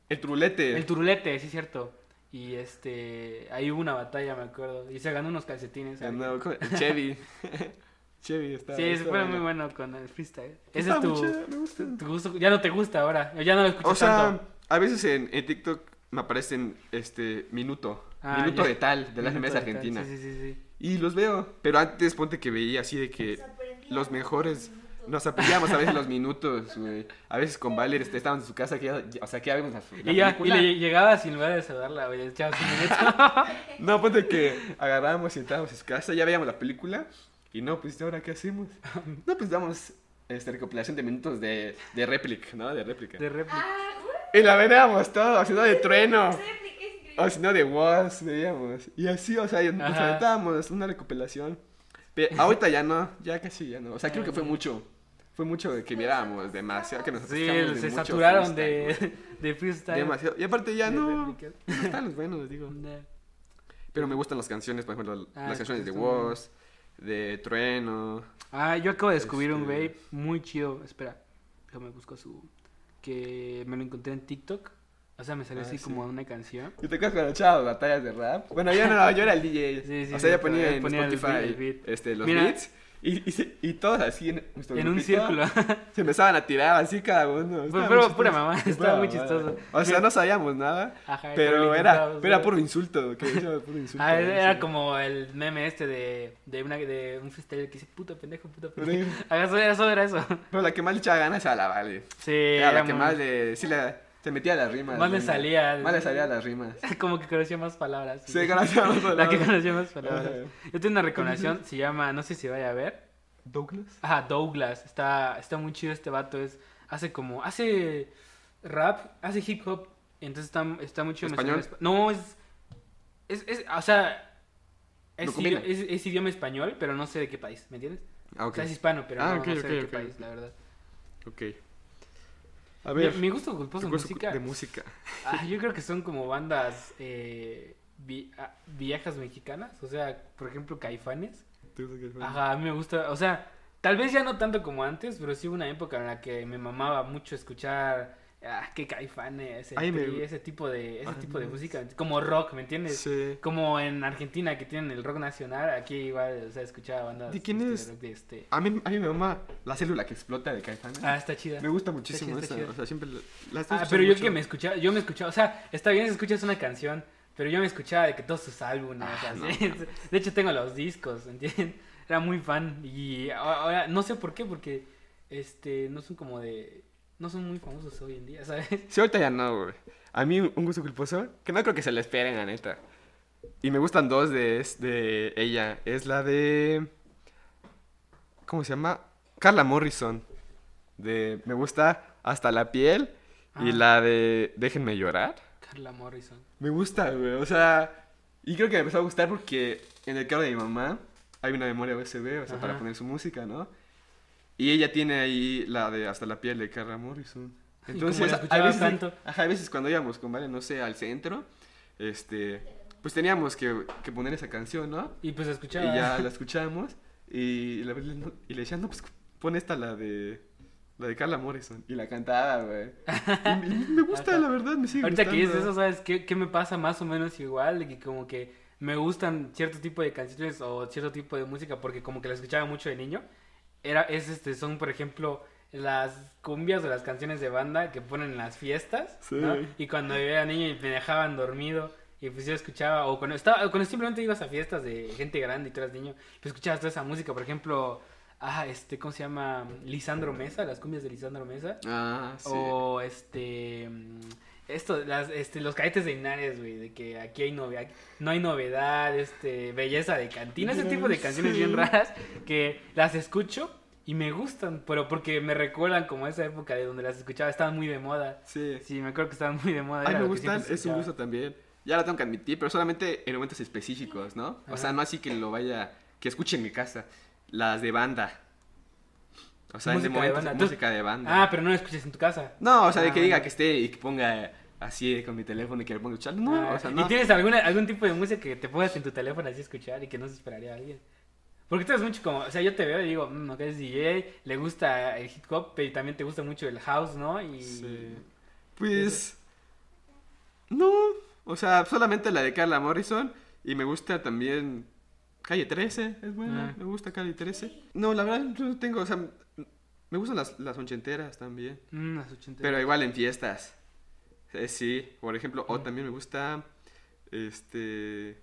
Speaker 2: el trulete.
Speaker 3: El turulete, sí, cierto. Y este. Ahí hubo una batalla, me acuerdo. Y se ganó unos calcetines.
Speaker 2: Ah,
Speaker 3: ahí.
Speaker 2: no, ¿cómo? el Chevy. *laughs* Chevy está.
Speaker 3: sí,
Speaker 2: está
Speaker 3: ese fue muy bueno con el freestyle. Ese
Speaker 2: Está
Speaker 3: es tu,
Speaker 2: muy chido, me gusta.
Speaker 3: tu gusto. Ya no te gusta ahora. Ya no lo escuchas
Speaker 2: O sea,
Speaker 3: tanto.
Speaker 2: a veces en, en TikTok me aparecen este minuto,
Speaker 3: Ah,
Speaker 2: minuto
Speaker 3: ya.
Speaker 2: de tal de la
Speaker 3: Minuto
Speaker 2: FMS
Speaker 3: de tal,
Speaker 2: Argentina.
Speaker 3: Sí, sí, sí. sí.
Speaker 2: Y los veo, pero antes ponte que veía así de que
Speaker 4: Sorprendía
Speaker 2: eh, los
Speaker 4: a
Speaker 2: mejores
Speaker 4: minutos.
Speaker 2: nos aprendíamos a veces los minutos, güey. A veces con Valer este, estábamos en su casa que ya, ya- o sea, que ya vimos la, la
Speaker 3: Y, ya, y
Speaker 2: película.
Speaker 3: le llegaba sin lugar de saludarla, güey. Chao,
Speaker 2: *laughs*
Speaker 3: sin minuto.
Speaker 2: No, ponte que agarrábamos y estábamos en su casa, ya veíamos la película y no, pues ahora qué hacemos? No, pues damos este, recopilación de minutos de, de réplica, ¿no? De réplica.
Speaker 3: De réplica.
Speaker 4: Ah, güey.
Speaker 2: Y la veíamos todo, haciendo de trueno.
Speaker 4: Esa réplica es increíble.
Speaker 2: O si no, de Wars, veíamos. Y así, o sea, y nos
Speaker 3: Ajá.
Speaker 2: aventábamos una recopilación.
Speaker 3: *laughs*
Speaker 2: Pero ahorita ya no, ya casi ya no. O sea, creo que fue mucho. Fue mucho de que viéramos demasiado. Que nos
Speaker 3: Sí,
Speaker 2: atascamos de
Speaker 3: se
Speaker 2: mucho
Speaker 3: saturaron *laughs*
Speaker 2: freestyle,
Speaker 3: de, de
Speaker 2: güey.
Speaker 3: freestyle.
Speaker 2: Demasiado. Y aparte ya
Speaker 3: De
Speaker 2: no.
Speaker 3: réplicas.
Speaker 2: no están los buenos, digo.
Speaker 3: De-
Speaker 2: Pero me gustan las canciones, por ejemplo,
Speaker 3: Ah,
Speaker 2: las canciones de
Speaker 3: están buenas.
Speaker 2: Wars, de Trueno.
Speaker 3: Ah, yo acabo de descubrir un
Speaker 2: Este-
Speaker 3: vape muy chido. Espera, déjame buscar su. Que me lo encontré en TikTok. O sea, me salió
Speaker 2: Ah,
Speaker 3: así
Speaker 2: sí.
Speaker 3: como una canción.
Speaker 2: Y te quedas con el chavo, batallas de rap. Bueno, yo no, yo era el DJ.
Speaker 3: Sí, sí,
Speaker 2: o sea,
Speaker 3: sí,
Speaker 2: yo ponía
Speaker 3: todavía
Speaker 2: en
Speaker 3: ponía el
Speaker 2: Spotify
Speaker 3: beat, el beat.
Speaker 2: Este, los
Speaker 3: Mira.
Speaker 2: beats. Y, y, se- y todos así en nuestro
Speaker 3: en un
Speaker 2: grupito.
Speaker 3: círculo. *laughs*
Speaker 2: Se empezaban a tirar así cada uno. Estaba
Speaker 3: pero
Speaker 2: muy
Speaker 3: pura
Speaker 2: chistoso.
Speaker 3: mamá,
Speaker 2: Sí,
Speaker 3: estaba
Speaker 2: pura
Speaker 3: muy
Speaker 2: mamada.
Speaker 3: chistoso.
Speaker 2: O sea,
Speaker 3: Mira.
Speaker 2: no sabíamos nada,
Speaker 3: Ajá,
Speaker 2: pero
Speaker 3: lo
Speaker 2: era,
Speaker 3: intentabas,
Speaker 2: era
Speaker 3: ¿no?
Speaker 2: puro insulto. Que era puro insulto.
Speaker 3: Ah, era, era
Speaker 2: sí.
Speaker 3: como el meme este de, de, una, de un freestyle que dice puto pendejo, puto
Speaker 2: Pero-
Speaker 3: pendejo. *laughs* Ajá, eso era eso. Era eso. *laughs*
Speaker 2: Pero la que más le echaba ganas era la Vale.
Speaker 3: Sí,
Speaker 2: Era la
Speaker 3: era
Speaker 2: que
Speaker 3: muy-
Speaker 2: más le... Sí, la- se metía a las rimas.
Speaker 3: Más le
Speaker 2: güey.
Speaker 3: salía.
Speaker 2: Más le salía a las rimas.
Speaker 3: *laughs* Como que conocía más palabras.
Speaker 2: Sí, gracias.
Speaker 3: *laughs* La que conocía más
Speaker 2: Ajá.
Speaker 3: palabras. Yo tengo una recomendación, se llama, no sé si vaya a ver.
Speaker 2: Douglas.
Speaker 3: Ah, Douglas, está, está muy chido este vato, es, hace como, hace rap, hace hip hop, entonces está, está muy chido.
Speaker 2: ¿Español?
Speaker 3: mezclar espa- No, es, es, es, o sea,
Speaker 2: Lo
Speaker 3: es,
Speaker 2: combina.
Speaker 3: idi- es- es idioma español, pero no sé de qué país, ¿me entiendes?
Speaker 2: Ah,
Speaker 3: O
Speaker 2: ok.
Speaker 3: sea, es hispano, pero
Speaker 2: Ah,
Speaker 3: no,
Speaker 2: ok,
Speaker 3: no sé
Speaker 2: ok,
Speaker 3: de qué
Speaker 2: ok,
Speaker 3: país,
Speaker 2: ok.
Speaker 3: la verdad.
Speaker 2: Ok. A
Speaker 3: Mi,
Speaker 2: ver.
Speaker 3: mi gusto culposo en
Speaker 2: recurso
Speaker 3: música,
Speaker 2: pues, De música.
Speaker 3: ah, yo creo que son como bandas eh, vi- ah, viejas mexicanas, o sea, por ejemplo, Caifanes. Ajá, a mí me gusta, o sea, tal vez ya no tanto como antes, pero sí hubo una época en la que me mamaba mucho escuchar ah, que caifanes, el
Speaker 2: Ay, me-
Speaker 3: Tri, ese tipo de ese
Speaker 2: Ay,
Speaker 3: tipo de
Speaker 2: no.
Speaker 3: música, como rock, ¿me entiendes?
Speaker 2: Sí.
Speaker 3: Como en Argentina que tienen el rock nacional, aquí igual, o sea, escuchaba bandas
Speaker 2: ¿De quién
Speaker 3: este,
Speaker 2: es?
Speaker 3: rock de este.
Speaker 2: A mí, a mí me mama la célula que explota de Caifanes.
Speaker 3: Ah, está chida.
Speaker 2: Me gusta muchísimo
Speaker 3: chida, está
Speaker 2: esa.
Speaker 3: chida.
Speaker 2: O sea, siempre la, la estoy
Speaker 3: Ah,
Speaker 2: escuchando
Speaker 3: pero yo
Speaker 2: mucho.
Speaker 3: que me escuchaba, yo me escuchaba, o sea, está bien si escuchas una canción, pero yo me escuchaba de que todos sus álbumes,
Speaker 2: Ah,
Speaker 3: así,
Speaker 2: no.
Speaker 3: *laughs* de hecho tengo los discos, ¿entiendes? *laughs* Era muy fan y ahora, ahora no sé por qué, porque este, no son como de, no son muy famosos hoy en día, ¿sabes? *laughs*
Speaker 2: Sí, ahorita ya no, güey. A mí un gusto culposo que no creo que se le esperen, la neta. Y me gustan dos de, es- de ella. Es la de... ¿Cómo se llama? Carla Morrison. De Me gusta hasta la piel. Y
Speaker 3: Ah.
Speaker 2: la de Déjenme llorar.
Speaker 3: Carla Morrison.
Speaker 2: Me gusta, güey. O sea, y creo que me empezó a gustar porque en el carro de mi mamá hay una memoria USB, o sea, para
Speaker 3: Ajá.
Speaker 2: poner su música, ¿no? Y ella tiene ahí la de hasta la piel de Carla Morrison.
Speaker 3: ¿Y
Speaker 2: Entonces,
Speaker 3: cómo la
Speaker 2: a
Speaker 3: escuchabas
Speaker 2: veces,
Speaker 3: tanto?
Speaker 2: ajá, a veces cuando íbamos con Vale, no sé, al centro, este, pues teníamos que, que poner esa canción, ¿no?
Speaker 3: Y pues escuchaba.
Speaker 2: Y ya la escuchamos y, la- y le decían, no, pues pon esta la de la de Carla Morrison y la cantaba,
Speaker 3: *laughs*
Speaker 2: güey. Y me- me gusta,
Speaker 3: Ajá.
Speaker 2: la verdad, me sigue
Speaker 3: Ahorita que dices
Speaker 2: gustando.
Speaker 3: eso, ¿sabes qué, qué me pasa más o menos igual? De que como que me gustan cierto tipo de canciones o cierto tipo de música porque como que la escuchaba mucho de niño. Era, es este, son por ejemplo las cumbias o las canciones de banda que ponen en las fiestas.
Speaker 2: Sí.
Speaker 3: ¿no? Y cuando yo era niño y me dejaban dormido y pues yo escuchaba, o cuando, estaba, o cuando simplemente ibas a fiestas de gente grande y tú eras niño, pues escuchabas toda esa música, por ejemplo... Ah, este, ¿cómo se llama? Lisandro Mesa, las cumbias de Lisandro Mesa.
Speaker 2: Ah, sí.
Speaker 3: O este. mm, Esto, las, este, los cadetes de Inares, güey, de que aquí hay novedad, no hay novedad, este, belleza de cantina, ese tipo de canciones bien
Speaker 2: Sí.
Speaker 3: raras que las escucho y me gustan, pero porque me recuerdan como a esa época de donde las escuchaba, estaban muy de moda.
Speaker 2: Sí.
Speaker 3: Sí, me acuerdo que estaban muy de moda.
Speaker 2: A mí
Speaker 3: era
Speaker 2: me
Speaker 3: lo que
Speaker 2: gustan,
Speaker 3: siempre
Speaker 2: es un gusto
Speaker 3: escuchaba.
Speaker 2: también. Ya la tengo que admitir, pero solamente en momentos específicos, ¿no? O sea,
Speaker 3: Ajá.
Speaker 2: no así que lo vaya, que escuche en mi casa. Las de banda. O sea, en
Speaker 3: Música de
Speaker 2: momentos,
Speaker 3: banda. Tú-
Speaker 2: música de banda.
Speaker 3: Ah, pero no lo escuchas en tu casa.
Speaker 2: no, o sea, de
Speaker 3: Ah,
Speaker 2: que diga
Speaker 3: bueno.
Speaker 2: que esté y que ponga así eh, con mi teléfono y que le pongo escuchar. No,
Speaker 3: Ah,
Speaker 2: o sea, no.
Speaker 3: ¿Y tienes alguna, algún tipo de música que te pongas en tu teléfono así a escuchar y que no se esperaría a alguien? Porque tú eres mucho como, o sea, yo te veo y digo, mmm, ok, es DJ, le gusta el hip hop, pero también te gusta mucho el house, ¿no? Y...
Speaker 2: Sí. Pues. No. O sea, solamente la de Carla Morrison. Y me gusta también. Calle 13, es buena.
Speaker 3: Ah.
Speaker 2: Me gusta Calle 13. No, la verdad, yo no tengo. O sea, me gustan las, las ochenteras también.
Speaker 3: Mm, las 80.
Speaker 2: Pero igual en fiestas. Eh, sí, por ejemplo, o también me gusta. Este.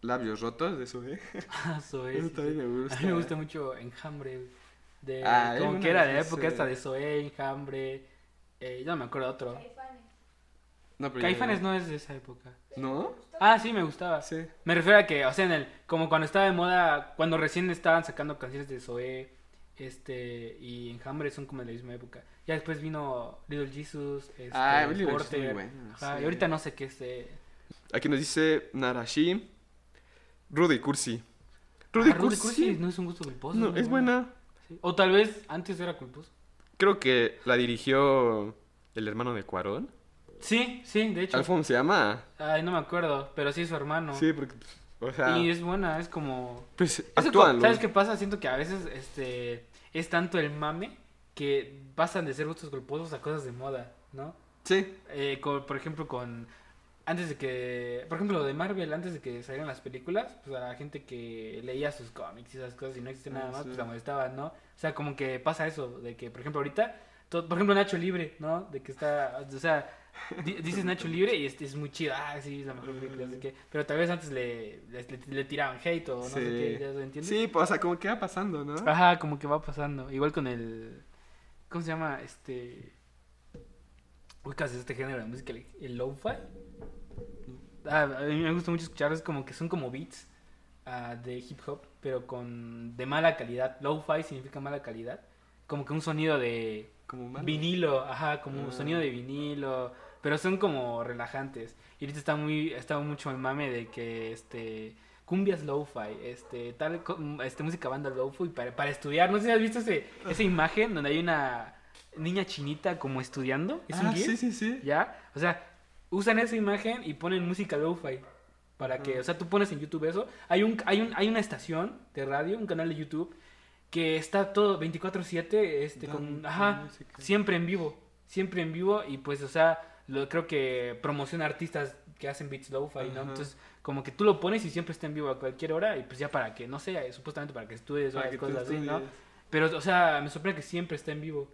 Speaker 2: Labios rotos, de eso, ¿eh?
Speaker 3: Ah, *laughs* eso es,
Speaker 2: Eso
Speaker 3: sí,
Speaker 2: también
Speaker 3: sí.
Speaker 2: me gusta.
Speaker 3: A mí me gusta mucho Enjambre. güey. De,
Speaker 2: Ah,
Speaker 3: como
Speaker 2: alguna
Speaker 3: que era
Speaker 2: vez
Speaker 3: de
Speaker 2: hice-
Speaker 3: época esta de Zoé, Enjambre. Eh, yo no me acuerdo de otro.
Speaker 4: Caifanes.
Speaker 2: *laughs* No, pero ya-
Speaker 3: Caifanes no es de esa época.
Speaker 2: ¿No?
Speaker 3: Ah, sí, me gustaba.
Speaker 2: Sí.
Speaker 3: Me refiero a que, o sea, en el, como cuando estaba de moda, cuando recién estaban sacando canciones de Zoé, este, y Enjambre son como de la misma época. Ya después vino Little Jesus, este,
Speaker 2: Ah, Little Jesus es
Speaker 3: Porter,
Speaker 2: muy bueno,
Speaker 3: ajá,
Speaker 2: sí.
Speaker 3: y ahorita no sé qué es de...
Speaker 2: Aquí nos dice Narashi. Rudy Cursi. Rudy
Speaker 3: Ah, Rudy
Speaker 2: Cursi.
Speaker 3: Cursi no es un gusto culposo.
Speaker 2: No,
Speaker 3: muy
Speaker 2: es buena.
Speaker 3: Sí. O tal vez antes era culposo.
Speaker 2: Creo que la dirigió el hermano de Cuarón.
Speaker 3: Sí, sí, de hecho.
Speaker 2: Alfonso se llama.
Speaker 3: Ay, no me acuerdo, pero sí es su hermano.
Speaker 2: Sí, porque. pues, O sea.
Speaker 3: Y es buena, es como...
Speaker 2: Pues
Speaker 3: Eso
Speaker 2: actúan.
Speaker 3: co-
Speaker 2: ¿no?
Speaker 3: ¿Sabes qué pasa? Siento que a veces este es tanto el mame que pasan de ser gustos culposos a cosas de moda, ¿no?
Speaker 2: Sí.
Speaker 3: Eh, co- por ejemplo, con. Antes de que. Por ejemplo, lo de Marvel, antes de que salieran las películas, pues a la gente que leía sus cómics y esas cosas y no existía nada
Speaker 2: Ah,
Speaker 3: más,
Speaker 2: sí.
Speaker 3: pues la molestaban, ¿no? O sea, como que pasa eso, de que, por ejemplo, ahorita. to- por ejemplo, Nacho Libre, ¿no? De que está. O sea. di- Dices Nacho Libre y este es muy chido, ah, sí, es la mejor película,
Speaker 2: Mm.
Speaker 3: así que, pero tal vez antes le, le, le- le tiraban hate o no sé qué, ¿ya se entiende?
Speaker 2: Sí, pues, o sea, como que va pasando, ¿no?
Speaker 3: Ajá, como que va pasando. Igual con el. ¿Cómo se llama? Este. Ubicas este género de música, el, el lo-fi. Ah, a mí me gusta mucho escucharlos, como que son como beats ah, de hip hop, pero con de mala calidad. Lo-fi significa mala calidad. Como que un sonido de
Speaker 2: Como malo.
Speaker 3: vinilo, ajá, como
Speaker 2: Ah.
Speaker 3: sonido de vinilo, pero son como relajantes. Y ahorita está muy está mucho el mame de que este cumbias lo-fi, este tal co- m- este música banda lo-fi para, para estudiar. No sé si has visto ese, esa imagen donde hay una niña chinita como estudiando, es
Speaker 2: Ah,
Speaker 3: un gif,
Speaker 2: sí, sí, sí.
Speaker 3: ¿ya? O sea, usan esa imagen y ponen música lo-fi. Para que, o sea, tú pones en YouTube eso. Hay, un, hay, un, hay una estación de radio, un canal de YouTube, que está todo 24-7, este,
Speaker 2: Dan-
Speaker 3: con,
Speaker 2: dan
Speaker 3: ajá,
Speaker 2: música.
Speaker 3: siempre en vivo, siempre en vivo y pues, o sea, lo, creo que promociona artistas que hacen beats lo-fi,
Speaker 2: Ajá.
Speaker 3: ¿no? Entonces, como que tú lo pones y siempre está en vivo a cualquier hora y pues ya para que, no sé, supuestamente para que estudies o
Speaker 2: Para
Speaker 3: hagas
Speaker 2: que tú
Speaker 3: cosas así, ¿no?
Speaker 2: estudies.
Speaker 3: Pero, o sea, me sorprende que siempre está en vivo.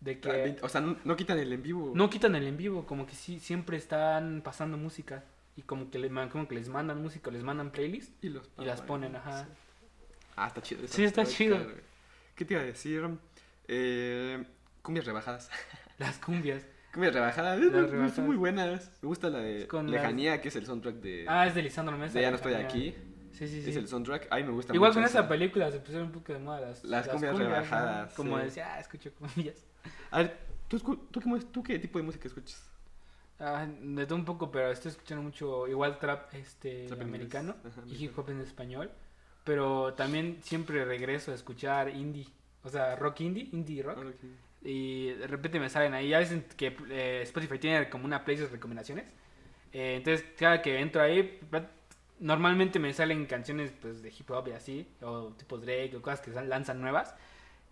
Speaker 3: De que...
Speaker 2: También, O sea, no, no quitan el en vivo.
Speaker 3: No quitan el en vivo, como que sí, siempre están pasando música. Y como que, le, man- como que les mandan música, les mandan playlist
Speaker 2: Y, los
Speaker 3: y las ponen,
Speaker 2: ¿no?
Speaker 3: ajá.
Speaker 2: Sí. Ah, está chido. eso.
Speaker 3: Sí, está
Speaker 2: Ay,
Speaker 3: chido.
Speaker 2: claro. ¿Qué te iba a decir? Eh, cumbias rebajadas.
Speaker 3: Las cumbias.
Speaker 2: Cumbias rebajadas.
Speaker 3: Las
Speaker 2: eh,
Speaker 3: rebajadas.
Speaker 2: Son muy buenas. Me gusta la de
Speaker 3: Con las-
Speaker 2: Lejanía, que es el soundtrack de...
Speaker 3: Ah, es de Lisandro Mesa.
Speaker 2: de Ya no estoy
Speaker 3: ajá.
Speaker 2: aquí.
Speaker 3: Sí, sí, sí.
Speaker 2: Es el soundtrack. Ay, me gusta
Speaker 3: Igual
Speaker 2: mucho
Speaker 3: con esa
Speaker 2: esa.
Speaker 3: película se pusieron un poco de moda las,
Speaker 2: Las cumbias
Speaker 3: ¿no?
Speaker 2: rebajadas,
Speaker 3: Como
Speaker 2: sí.
Speaker 3: decía, ah, escucho cumbias.
Speaker 2: A ver, ¿tú, escu- tú, qué, mu- tú qué tipo de música escuchas?
Speaker 3: Ah, de todo un poco, pero estoy escuchando mucho igual trap este
Speaker 2: Trap en inglés,
Speaker 3: americano
Speaker 2: ajá,
Speaker 3: y hip hop en español, pero también siempre regreso a escuchar indie, o sea, rock indie, indie rock.
Speaker 2: Ahora que-
Speaker 3: y de repente me salen ahí. Ya dicen que eh, Spotify tiene como una playlist de recomendaciones. Eh, entonces, cada que entro ahí, plat- normalmente me salen canciones pues, de hip hop y así, o tipo Drake, o cosas que sal- lanzan nuevas.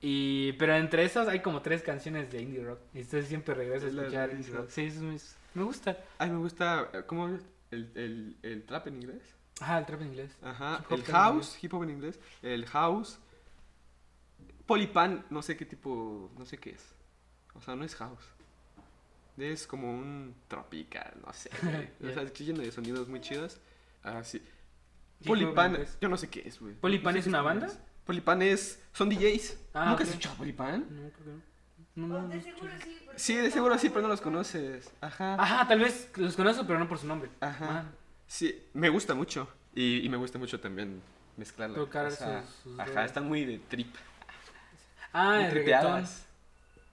Speaker 3: Y, pero entre esas hay como tres canciones de indie rock. Y entonces siempre regreso a
Speaker 2: Es la de
Speaker 3: escuchar
Speaker 2: indie
Speaker 3: indie
Speaker 2: rock.
Speaker 3: rock. Sí, eso es- me gusta.
Speaker 2: Ay, me gusta... eh, ¿Cómo es? El, el, el trap en inglés.
Speaker 3: Ajá, el trap en inglés.
Speaker 2: Ajá.
Speaker 3: Hip hop
Speaker 2: El
Speaker 3: en
Speaker 2: house. Hip hop en inglés. El house. Polipan, no sé qué tipo... No sé qué es. O sea, no es house. Es como un tropical, no
Speaker 3: *laughs*
Speaker 2: sé. güey. O sea, está lleno de sonidos muy chidos. Ah, sí.
Speaker 3: Hip hop en
Speaker 2: Polipan,
Speaker 3: inglés.
Speaker 2: yo no sé qué es, güey.
Speaker 3: ¿Polipan
Speaker 2: No sé
Speaker 3: es
Speaker 2: qué
Speaker 3: una
Speaker 2: Polipan
Speaker 3: banda?
Speaker 2: es. Polipan es... Son DJs.
Speaker 3: Ah,
Speaker 2: ¿Nunca
Speaker 3: ok.
Speaker 2: has escuchado Polipan?
Speaker 3: No, creo que no. No, no, no,
Speaker 4: Pues, de
Speaker 3: no.
Speaker 4: seguro sí. porque
Speaker 2: Sí, de
Speaker 4: está
Speaker 2: seguro sí,
Speaker 4: muy
Speaker 2: pero no los
Speaker 4: bueno.
Speaker 2: conoces. Ajá.
Speaker 3: Ajá, tal vez los conozco, pero no por su nombre.
Speaker 2: Ajá.
Speaker 3: Ah,
Speaker 2: Sí, me gusta mucho. Y, y me gusta mucho también mezclarla.
Speaker 3: Tocar
Speaker 2: O sea,
Speaker 3: sus- sus
Speaker 2: Ajá,
Speaker 3: drogas.
Speaker 2: están muy de trip.
Speaker 3: Ah,
Speaker 2: muy
Speaker 3: el reggaetón.
Speaker 2: tripeadas.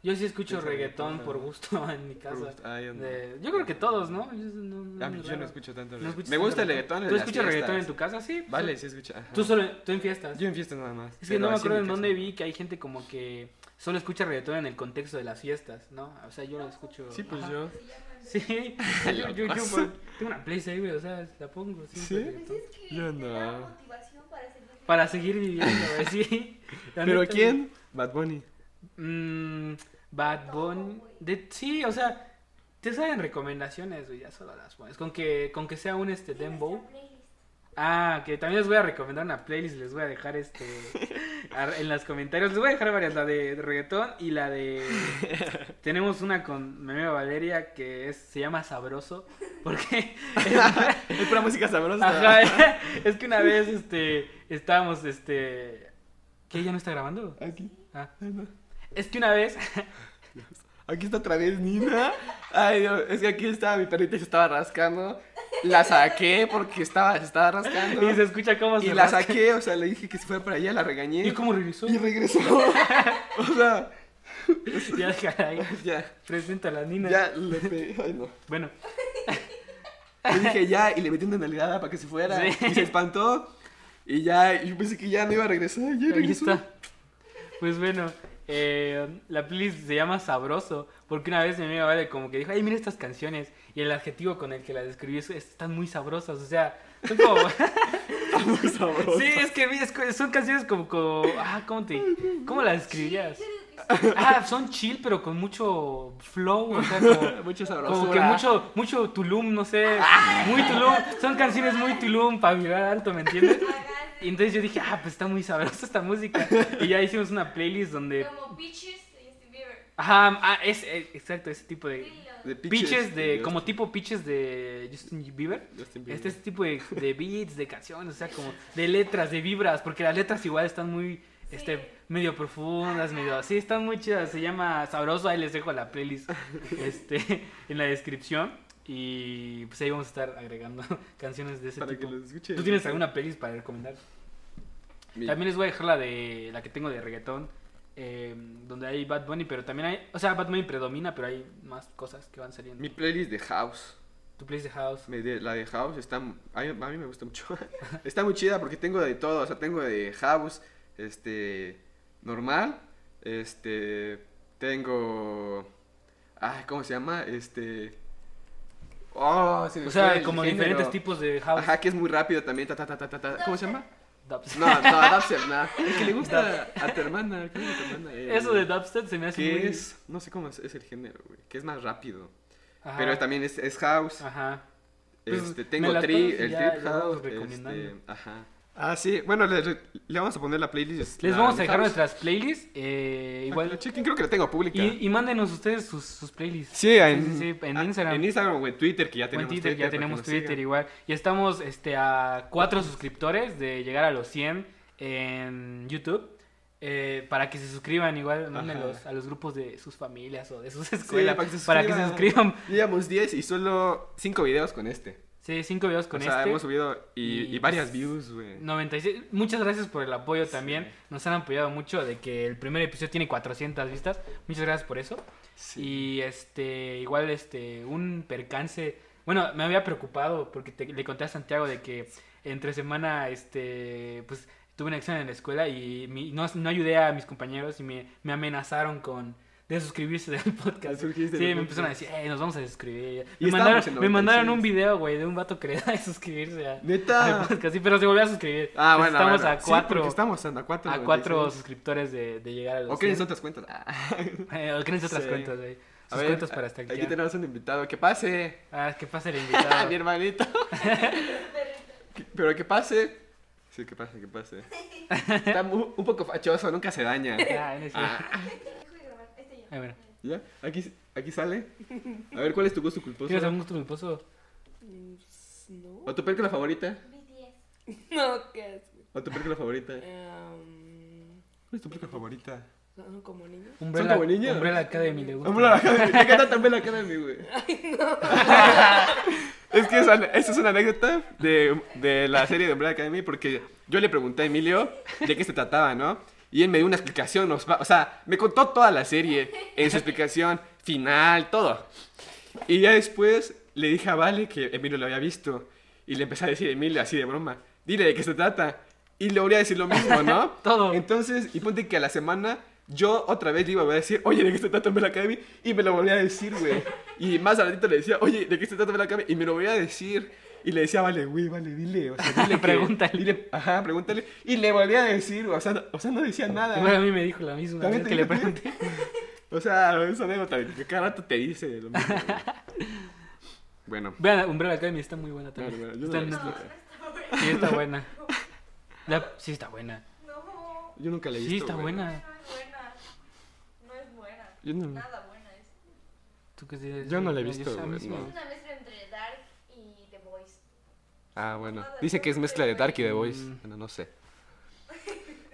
Speaker 3: Yo sí escucho
Speaker 2: Escucho
Speaker 3: reggaetón
Speaker 2: reggaetón,
Speaker 3: por
Speaker 2: ajá.
Speaker 3: gusto *laughs* en mi
Speaker 2: Por
Speaker 3: casa.
Speaker 2: gusto. Ah, yo no.
Speaker 3: De- yo creo que todos, ¿no? Yo, no, no
Speaker 2: A
Speaker 3: me
Speaker 2: mí Ah, yo
Speaker 3: raro.
Speaker 2: no escucho tanto
Speaker 3: ¿No
Speaker 2: reggaetón.
Speaker 3: escuchas
Speaker 2: Me gusta el
Speaker 3: tanto
Speaker 2: reggaetón en
Speaker 3: ¿Tú
Speaker 2: las
Speaker 3: escuchas reggaetón en
Speaker 2: fiestas.
Speaker 3: tu casa? Sí. pues,
Speaker 2: Vale, sí escucha. ajá.
Speaker 3: Tú, solo, tú en fiestas.
Speaker 2: Yo en fiestas nada más.
Speaker 3: Es que
Speaker 2: pero
Speaker 3: no me
Speaker 2: así
Speaker 3: acuerdo en
Speaker 2: mi casa
Speaker 3: dónde
Speaker 2: no.
Speaker 3: vi que hay gente como que solo escucha reggaetón en el contexto de las fiestas, ¿no? O sea, yo lo escucho.
Speaker 2: Sí, pues
Speaker 3: ajá.
Speaker 2: yo.
Speaker 4: Se llaman.
Speaker 3: Sí, *laughs*
Speaker 2: *laughs*
Speaker 3: yo, yo, yo,
Speaker 2: Locos.
Speaker 3: yo tengo una playlist ahí, güey, o sea, la pongo.
Speaker 2: ¿Sí?
Speaker 3: siempre
Speaker 4: Pues
Speaker 3: reggaetón.
Speaker 4: es que
Speaker 2: Yo
Speaker 4: te da
Speaker 2: no.
Speaker 4: motivación para seguir.
Speaker 3: Para seguir viviendo, *laughs* güey, sí. La
Speaker 2: ¿Pero
Speaker 3: neta,
Speaker 2: quién? Bad
Speaker 3: *laughs*
Speaker 2: Bunny.
Speaker 3: Mm, Bad Bunny. de- sí, o sea, te salen recomendaciones, güey, ya solo las pones. Con que, con que sea un este
Speaker 4: Tienes
Speaker 3: Dembow.
Speaker 4: la playlist.
Speaker 3: Ah, que también les voy a recomendar una playlist, les voy a
Speaker 2: *laughs*
Speaker 3: dejar este ar- en los comentarios, les voy a dejar varias, la de reggaetón y
Speaker 2: *laughs*
Speaker 3: la de tenemos una con mi amiga Valeria que es, se llama Sabroso,
Speaker 2: *laughs*
Speaker 3: porque *laughs*
Speaker 2: Es pura música sabrosa.
Speaker 3: ajá, *laughs* es que una vez este estábamos este ¿Qué ya no está grabando?
Speaker 2: Aquí.
Speaker 3: Ah,
Speaker 2: Ay, no.
Speaker 3: es que una vez *laughs*
Speaker 2: Aquí está otra vez Nina. Ay, Dios, es que aquí estaba mi perrita y se estaba rascando. La saqué porque estaba, se estaba rascando.
Speaker 3: y se escucha cómo
Speaker 2: Y
Speaker 3: se
Speaker 2: la
Speaker 3: rasca.
Speaker 2: saqué, o sea, le dije que se fuera para allá, la regañé.
Speaker 3: ¿Y cómo regresó?
Speaker 2: Y regresó. *laughs* o sea,
Speaker 3: *laughs* Ya déjala ahí.
Speaker 2: ya.
Speaker 3: Presenta a la nina.
Speaker 2: Ya le pe- Ay, no.
Speaker 3: Bueno,
Speaker 2: Le dije ya y le metí una nalgada para que se fuera.
Speaker 3: Sí.
Speaker 2: Y se espantó. Y ya, y yo pensé que ya no iba a regresar. Ya
Speaker 3: Ahí
Speaker 2: regresó.
Speaker 3: está. Pues bueno, eh, la playlist se llama Sabroso, porque una vez mi amiga Vale como que dijo, ay, mira estas canciones, y el adjetivo con el que las describí es, están muy sabrosas, o sea, son *laughs* como...
Speaker 2: Muy sabroso.
Speaker 3: sí, es que es que son canciones como... como- ah, ¿cómo te...? ¿Cómo las
Speaker 4: *laughs*
Speaker 3: describirías?
Speaker 4: Chill.
Speaker 3: Ah, son chill, pero con mucho flow, o sea, como...
Speaker 2: Mucho sabroso.
Speaker 3: Como que mucho, mucho Tulum, no sé, muy Tulum, son canciones muy Tulum para vibrar alto, ¿me entiendes? Y entonces yo dije, ah, pues está muy sabrosa esta música. Y ya hicimos una playlist donde
Speaker 4: Como Peaches de Justin Bieber.
Speaker 3: Ajá, ah, es, eh, exacto, ese tipo de...
Speaker 4: Dilo.
Speaker 2: De
Speaker 3: Pitches, de,
Speaker 2: Dios.
Speaker 3: como tipo pitches de Justin Bieber.
Speaker 2: Justin Bieber.
Speaker 3: Este, este tipo de, de beats, de canciones, o sea, como de letras, de vibras, porque las letras igual están muy,
Speaker 4: Sí.
Speaker 3: este, medio profundas, medio así, están muy chidas, se llama Sabroso, ahí les dejo
Speaker 2: *laughs*
Speaker 3: la playlist, este, en la descripción, y pues ahí vamos a estar agregando *laughs* canciones de ese
Speaker 2: Para que
Speaker 3: este tipo.
Speaker 2: los escuche.
Speaker 3: ¿Tú tienes alguna playlist para recomendar?
Speaker 2: Mi-
Speaker 3: También les voy a dejar la de la que tengo de reggaetón, eh, donde hay Bad Bunny, pero también hay, o sea, Bad Bunny predomina, pero hay más cosas que van saliendo.
Speaker 2: Mi playlist de House.
Speaker 3: Tu place de house.
Speaker 2: Me de- La de House está. A mí, a mí me gusta mucho. *laughs* está muy chida porque tengo de todo. O sea, tengo de House, este. Normal. Este. Tengo. Ay, ¿cómo se llama? Este. Oh, se me
Speaker 3: O
Speaker 2: fue
Speaker 3: sea,
Speaker 2: el
Speaker 3: como
Speaker 2: género.
Speaker 3: diferentes tipos de house.
Speaker 2: Ajá, que es muy rápido también. ta, ta, ta, ta, ta, ta. ¿Cómo se llama?
Speaker 3: Dubstep.
Speaker 2: No, no, Dapser, nada. Es que le gusta a tu hermana. ¿qué le gusta a tu hermana? Eh,
Speaker 3: *laughs* Eso de dubstep se me hace muy...
Speaker 2: Que es. No sé cómo es, es el género, güey. Que es más rápido.
Speaker 3: Ajá,
Speaker 2: Pero también es, es House.
Speaker 3: Ajá. Pues,
Speaker 2: Este,
Speaker 3: me
Speaker 2: tengo
Speaker 3: la
Speaker 2: tri,
Speaker 3: pones y
Speaker 2: el
Speaker 3: ya-
Speaker 2: Trip
Speaker 3: ya vamos
Speaker 2: House.
Speaker 3: recomendando.
Speaker 2: Este, ajá. Ah, sí. Bueno, le, re- le vamos a poner la playlist.
Speaker 3: Les
Speaker 2: la
Speaker 3: vamos a
Speaker 2: de
Speaker 3: dejar
Speaker 2: House.
Speaker 3: nuestras playlists. eh,
Speaker 2: Ah, que
Speaker 3: igual...
Speaker 2: la chequen, creo que la tengo pública.
Speaker 3: Y, y mándenos ustedes sus, sus playlists.
Speaker 2: Sí, en,
Speaker 3: sí, sí, en
Speaker 2: ah,
Speaker 3: Instagram.
Speaker 2: En Instagram o en Twitter, que ya
Speaker 3: Buen
Speaker 2: tenemos
Speaker 3: Twitter, ya
Speaker 2: para que
Speaker 3: tenemos
Speaker 2: nos
Speaker 3: Twitter
Speaker 2: sigan.
Speaker 3: igual. Y estamos este, a cuatro suscriptores de llegar a los 100 en YouTube. eh, para que se suscriban igual mándenlos a los grupos de sus familias o de sus escuelas
Speaker 2: para que se
Speaker 3: para que se suscriban.
Speaker 2: suscriban. Llevamos 10 y solo 5 videos con este.
Speaker 3: Sí, cinco videos con
Speaker 2: o sea,
Speaker 3: este.
Speaker 2: hemos subido y,
Speaker 3: Y,
Speaker 2: y varias
Speaker 3: pues,
Speaker 2: views, güey.
Speaker 3: 96. Muchas gracias por el apoyo también. Nos han apoyado mucho de que el primer episodio tiene 400 vistas. Muchas gracias por eso.
Speaker 2: Sí.
Speaker 3: Y este, igual este, un percance. Bueno, me había preocupado porque te- le conté a Santiago de que entre semana, este, pues tuve un examen en la escuela y mi- no, no ayudé a mis compañeros y me, me amenazaron con de suscribirse *laughs* del podcast. Sí,
Speaker 2: suscribiste del podcast.
Speaker 3: me empezaron a decir, "Eh, nos vamos a suscribir.
Speaker 2: Y
Speaker 3: Me
Speaker 2: estábamos
Speaker 3: mandaron,
Speaker 2: en
Speaker 3: me mandaron
Speaker 2: 96.
Speaker 3: un video, güey, de un vato que le da *laughs* de suscribirse a,
Speaker 2: Neta.
Speaker 3: al podcast, sí, pero se volvió a suscribir.
Speaker 2: Ah,
Speaker 3: Entonces,
Speaker 2: bueno,
Speaker 3: pues, Estamos
Speaker 2: bueno.
Speaker 3: a
Speaker 2: Sí,
Speaker 3: cuatro,
Speaker 2: porque estamos a cuatro.
Speaker 3: a cuatro suscriptores de, de llegar a los
Speaker 2: ¿O
Speaker 3: 100.
Speaker 2: crees otras cuentas? Ah.
Speaker 3: Eh, ¿o quieren otras
Speaker 2: Sí.
Speaker 3: cuentas, güey?
Speaker 2: A
Speaker 3: Sus
Speaker 2: ver, ah,
Speaker 3: cuentas para estar
Speaker 2: aquí tenemos un invitado. Que pase.
Speaker 3: Ah,
Speaker 2: *laughs*
Speaker 3: que pase el
Speaker 2: Ah,
Speaker 3: invitado.
Speaker 2: mi hermanito. Que- Pero que pase. Sí, que pase, que pase. Está mu- un poco fachoso, nunca se daña.
Speaker 3: Ah, no es cierto.
Speaker 2: Ah,
Speaker 4: Dejo de grabar, este
Speaker 3: Ah, bueno.
Speaker 2: ¿Ya? Aquí, aquí sale. A ver, ¿cuál es tu gusto culposo?
Speaker 3: ¿Tienes algún gusto culposo?
Speaker 5: Mm, pues, No.
Speaker 2: ¿O tu película favorita?
Speaker 4: yo. BTS.
Speaker 5: *laughs* No, qué asco.
Speaker 2: ¿O tu película favorita? ¿Cuál
Speaker 5: Em,
Speaker 2: es tu película favorita?
Speaker 5: ¿Son como niños?
Speaker 3: Umbrella,
Speaker 2: como niños.
Speaker 3: Umbrella Academy le gusta.
Speaker 2: Umbrella Academy. Me encanta Umbrella Academy, güey. *laughs* Es que esa, esa es una anécdota de, de la serie de Umbrella Academy porque yo le pregunté a Emilio de qué se trataba, ¿no? Y él me dio una explicación, nos va- o sea, me contó toda la serie, en su explicación final, todo. Y ya después le dije a Vale que Emilio lo había visto. Y le empecé a decir a Emilio, así de broma, dile de qué se trata. Y le volví a decir lo mismo, ¿no?
Speaker 3: *laughs* Todo.
Speaker 2: Entonces, y ponte que a la semana yo otra vez le iba a decir, oye, ¿de qué se trata Umbrella Academy? Y me lo volví a decir, güey. Y más al ratito le decía, oye, ¿de qué se trata Umbrella Academy? Y me lo volví a decir. Y le decía, vale, güey, vale, dile. O sea,
Speaker 3: *laughs*
Speaker 2: dile que-
Speaker 3: Pregúntale.
Speaker 2: dile- ajá, pregúntale. Y le volví a decir, o sea, no, o sea, no decía nada.
Speaker 3: Igual a mí me dijo la misma
Speaker 2: También
Speaker 3: vez
Speaker 2: te
Speaker 3: que le
Speaker 2: dijo a ti.
Speaker 3: pregunté.
Speaker 2: O sea, esa anécdota de que cada rato te dice lo mismo. güey.
Speaker 3: *laughs*
Speaker 2: bueno,
Speaker 3: Vean, Umbrella Academy está muy buena también.
Speaker 2: Claro, bueno, yo
Speaker 3: Está
Speaker 2: no
Speaker 3: en
Speaker 2: la he
Speaker 4: No, no
Speaker 3: Netflix.
Speaker 4: está
Speaker 3: Sí,
Speaker 4: buena.
Speaker 3: está
Speaker 2: *laughs*
Speaker 3: buena. La- Sí, está buena.
Speaker 4: No,
Speaker 2: yo nunca le he
Speaker 3: Sí,
Speaker 2: visto.
Speaker 3: está
Speaker 2: güey.
Speaker 4: no
Speaker 3: buena. Mm.
Speaker 4: es buena. *laughs* No es buena.
Speaker 2: Yo no,
Speaker 4: Nada buena es.
Speaker 3: ¿Tú qué dices?
Speaker 2: Yo no la he
Speaker 3: Yo
Speaker 2: visto,
Speaker 3: sé, a mí
Speaker 2: güey,
Speaker 3: sí
Speaker 2: no.
Speaker 3: me
Speaker 4: Es
Speaker 3: gusta.
Speaker 4: una mezcla entre Dark y The Voice.
Speaker 2: Ah, bueno. Dice que es mezcla de Dark y The Voice.
Speaker 3: mm.
Speaker 2: Bueno, no sé.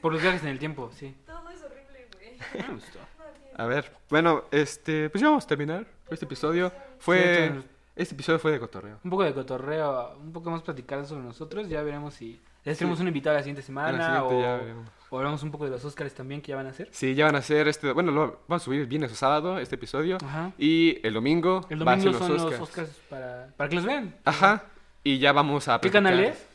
Speaker 3: Por los viajes en el tiempo, sí.
Speaker 4: Todo es horrible, güey.
Speaker 3: Me gustó.
Speaker 4: No tiene-
Speaker 2: A ver, bueno, este, pues ya vamos a terminar este episodio. Fue,
Speaker 3: Sí,
Speaker 2: este episodio fue de cotorreo.
Speaker 3: Un poco de cotorreo, un poco más platicar sobre nosotros. Ya veremos si les tenemos un invitado la siguiente
Speaker 2: A Ah, la
Speaker 3: semana
Speaker 2: siguiente ya
Speaker 3: o,
Speaker 2: veremos.
Speaker 3: o hablamos un poco de los Oscars también que ya van a hacer.
Speaker 2: Sí, ya van a ser este, bueno, lo vamos a subir el viernes o sábado este episodio
Speaker 3: Ajá.
Speaker 2: y el domingo,
Speaker 3: El
Speaker 2: va a ser
Speaker 3: domingo
Speaker 2: los
Speaker 3: son
Speaker 2: Oscars. Ah,
Speaker 3: los Oscars para, para que los vean.
Speaker 2: Ajá. Y ya vamos a
Speaker 3: ¿Qué
Speaker 2: platicar.
Speaker 3: canal es?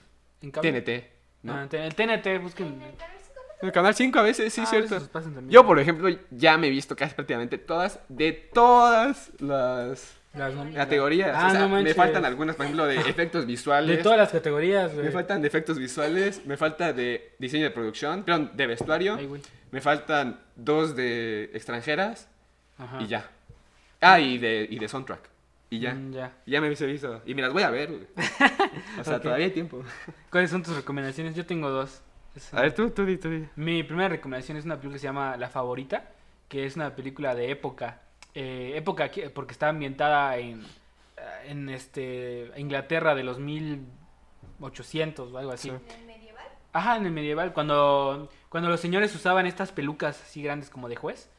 Speaker 3: En cable.
Speaker 2: TNT, ¿no?
Speaker 3: Ah, el TNT, busquen.
Speaker 4: En el canal 50
Speaker 2: El canal 5 a veces, sí,
Speaker 3: Ah,
Speaker 2: cierto.
Speaker 3: esos pasan también.
Speaker 2: Yo, por ejemplo, ya me he visto casi prácticamente todas de todas las
Speaker 3: Las nom-
Speaker 2: categorías.
Speaker 3: Ah,
Speaker 2: o sea,
Speaker 3: no
Speaker 2: me
Speaker 3: manches.
Speaker 2: faltan algunas, por
Speaker 3: *laughs*
Speaker 2: ejemplo, de efectos visuales.
Speaker 3: De todas las categorías, güey.
Speaker 2: Me faltan de efectos visuales, me falta de diseño de producción, perdón, de vestuario,
Speaker 3: Ay, güey.
Speaker 2: me faltan dos de extranjeras
Speaker 3: Ajá.
Speaker 2: y ya. Ah, y de, y de soundtrack. Y ya.
Speaker 3: Mm, ya.
Speaker 2: Ya me hubiese visto. Y me las voy a ver. güey. O sea,
Speaker 3: Ok.
Speaker 2: todavía hay
Speaker 3: *laughs*
Speaker 2: tiempo.
Speaker 3: ¿Cuáles son tus recomendaciones? Yo tengo dos. Es-
Speaker 2: A ver, tú, tú, di, tú, di.
Speaker 3: Mi primera recomendación es una película que se llama La Favorita, que es una película de época. Eh, época que- porque está ambientada en, eh, en este Inglaterra de los 1800 o algo así.
Speaker 2: Sí.
Speaker 4: en el medieval.
Speaker 3: Ajá, en el medieval, cuando, cuando los señores usaban estas pelucas así grandes como de juez.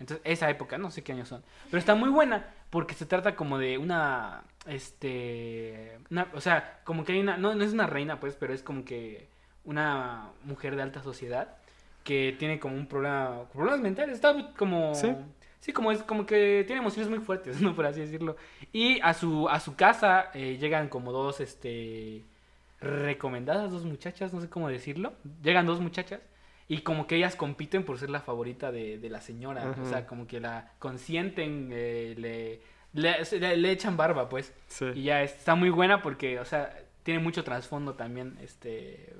Speaker 3: Entonces, esa época, no sé qué años son. Pero está muy buena porque se trata como de una, este, una- o sea, como que hay una, no, no es una reina pues, pero es como que una mujer de alta sociedad que tiene como un problema, problemas mentales, está como...
Speaker 2: Sí.
Speaker 3: Sí, como es como que tiene emociones muy fuertes, *laughs* ¿no? Por así decirlo. Y a su, a su casa eh, llegan como dos, este, recomendadas, dos muchachas, no sé cómo decirlo. Llegan dos muchachas y como que ellas compiten por ser la favorita de, de la señora.
Speaker 2: Ajá.
Speaker 3: O sea, como que la consienten, eh, le, le, se- le- le echan barba, pues. Y ya es- está muy buena porque, o sea, tiene mucho trasfondo también. Este,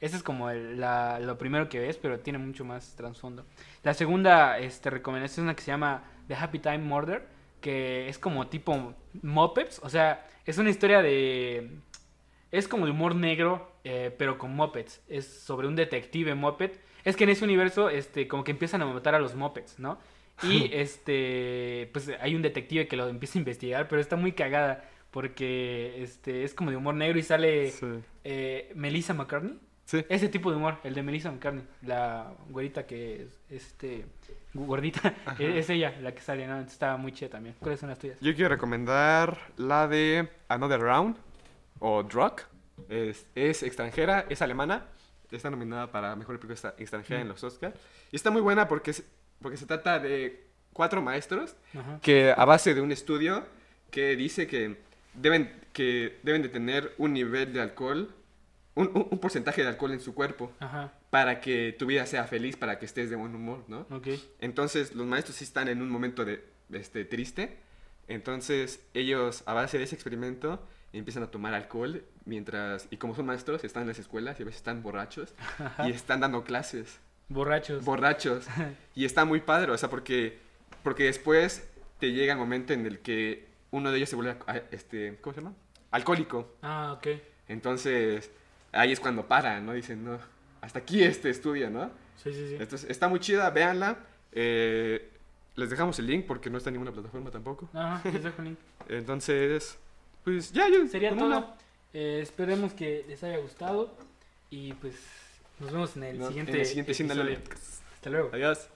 Speaker 3: este es como el- la- lo primero que ves, pero tiene mucho más trasfondo. La segunda este, recomendación es una que se llama The Happy Time Murder, que es como tipo Muppets. O sea, es una historia de... Es como de humor negro, eh, pero con Muppets. Es sobre un detective Muppet. Es que en ese universo, este, como que empiezan a matar a los Muppets, ¿no? Y este, pues hay un detective que lo empieza a investigar, pero está muy cagada porque este es como de humor negro y sale eh, Melissa McCartney.
Speaker 2: Sí.
Speaker 3: Ese tipo de humor, el de Melissa McCartney, la güerita que es, este, gu- gordita, *laughs* E-, es, es ella la que sale, ¿no? Entonces estaba muy chida también. ¿Cuáles son las tuyas?
Speaker 2: Yo quiero recomendar la de Another Round o Drug. Es, es extranjera, es alemana. Está nominada para Mejor Película extra- Extranjera en los Oscars. Y está muy buena porque, es- porque se trata de cuatro maestros
Speaker 3: Ajá.
Speaker 2: que a base de un estudio que dice que deben, que deben de tener un nivel de alcohol, un, un- un porcentaje de alcohol en su cuerpo
Speaker 3: Ajá,
Speaker 2: para que tu vida sea feliz, para que estés de buen humor, ¿no?
Speaker 3: ok.
Speaker 2: Entonces, los maestros sí están en un momento de, este, triste. Entonces, ellos, a base de ese experimento, empiezan a tomar alcohol mientras... Y como son maestros, están en las escuelas y a veces están borrachos. Y están dando clases.
Speaker 3: Borrachos.
Speaker 2: Borrachos. Y está muy padre, o sea, porque, porque después te llega el momento en el que uno de ellos se vuelve, a- este, ¿cómo se llama? Alcohólico.
Speaker 3: ah, ok.
Speaker 2: Entonces, ahí es cuando paran, ¿no? Dicen, no, hasta aquí este estudio, ¿no?
Speaker 3: Sí, sí, sí.
Speaker 2: Entonces, está muy chida, véanla. Eh, les dejamos el link porque no está en ninguna plataforma tampoco. *laughs*
Speaker 3: Ajá, les dejo el link.
Speaker 2: Entonces, pues ya, yo.
Speaker 3: Sería
Speaker 2: con
Speaker 3: todo.
Speaker 2: una.
Speaker 3: Eh, esperemos que les haya gustado y pues nos vemos en el
Speaker 2: No, en
Speaker 3: siguiente.
Speaker 2: el siguiente Sin Dale
Speaker 3: episodio.
Speaker 2: Podcast.
Speaker 3: Hasta luego.
Speaker 2: Adiós.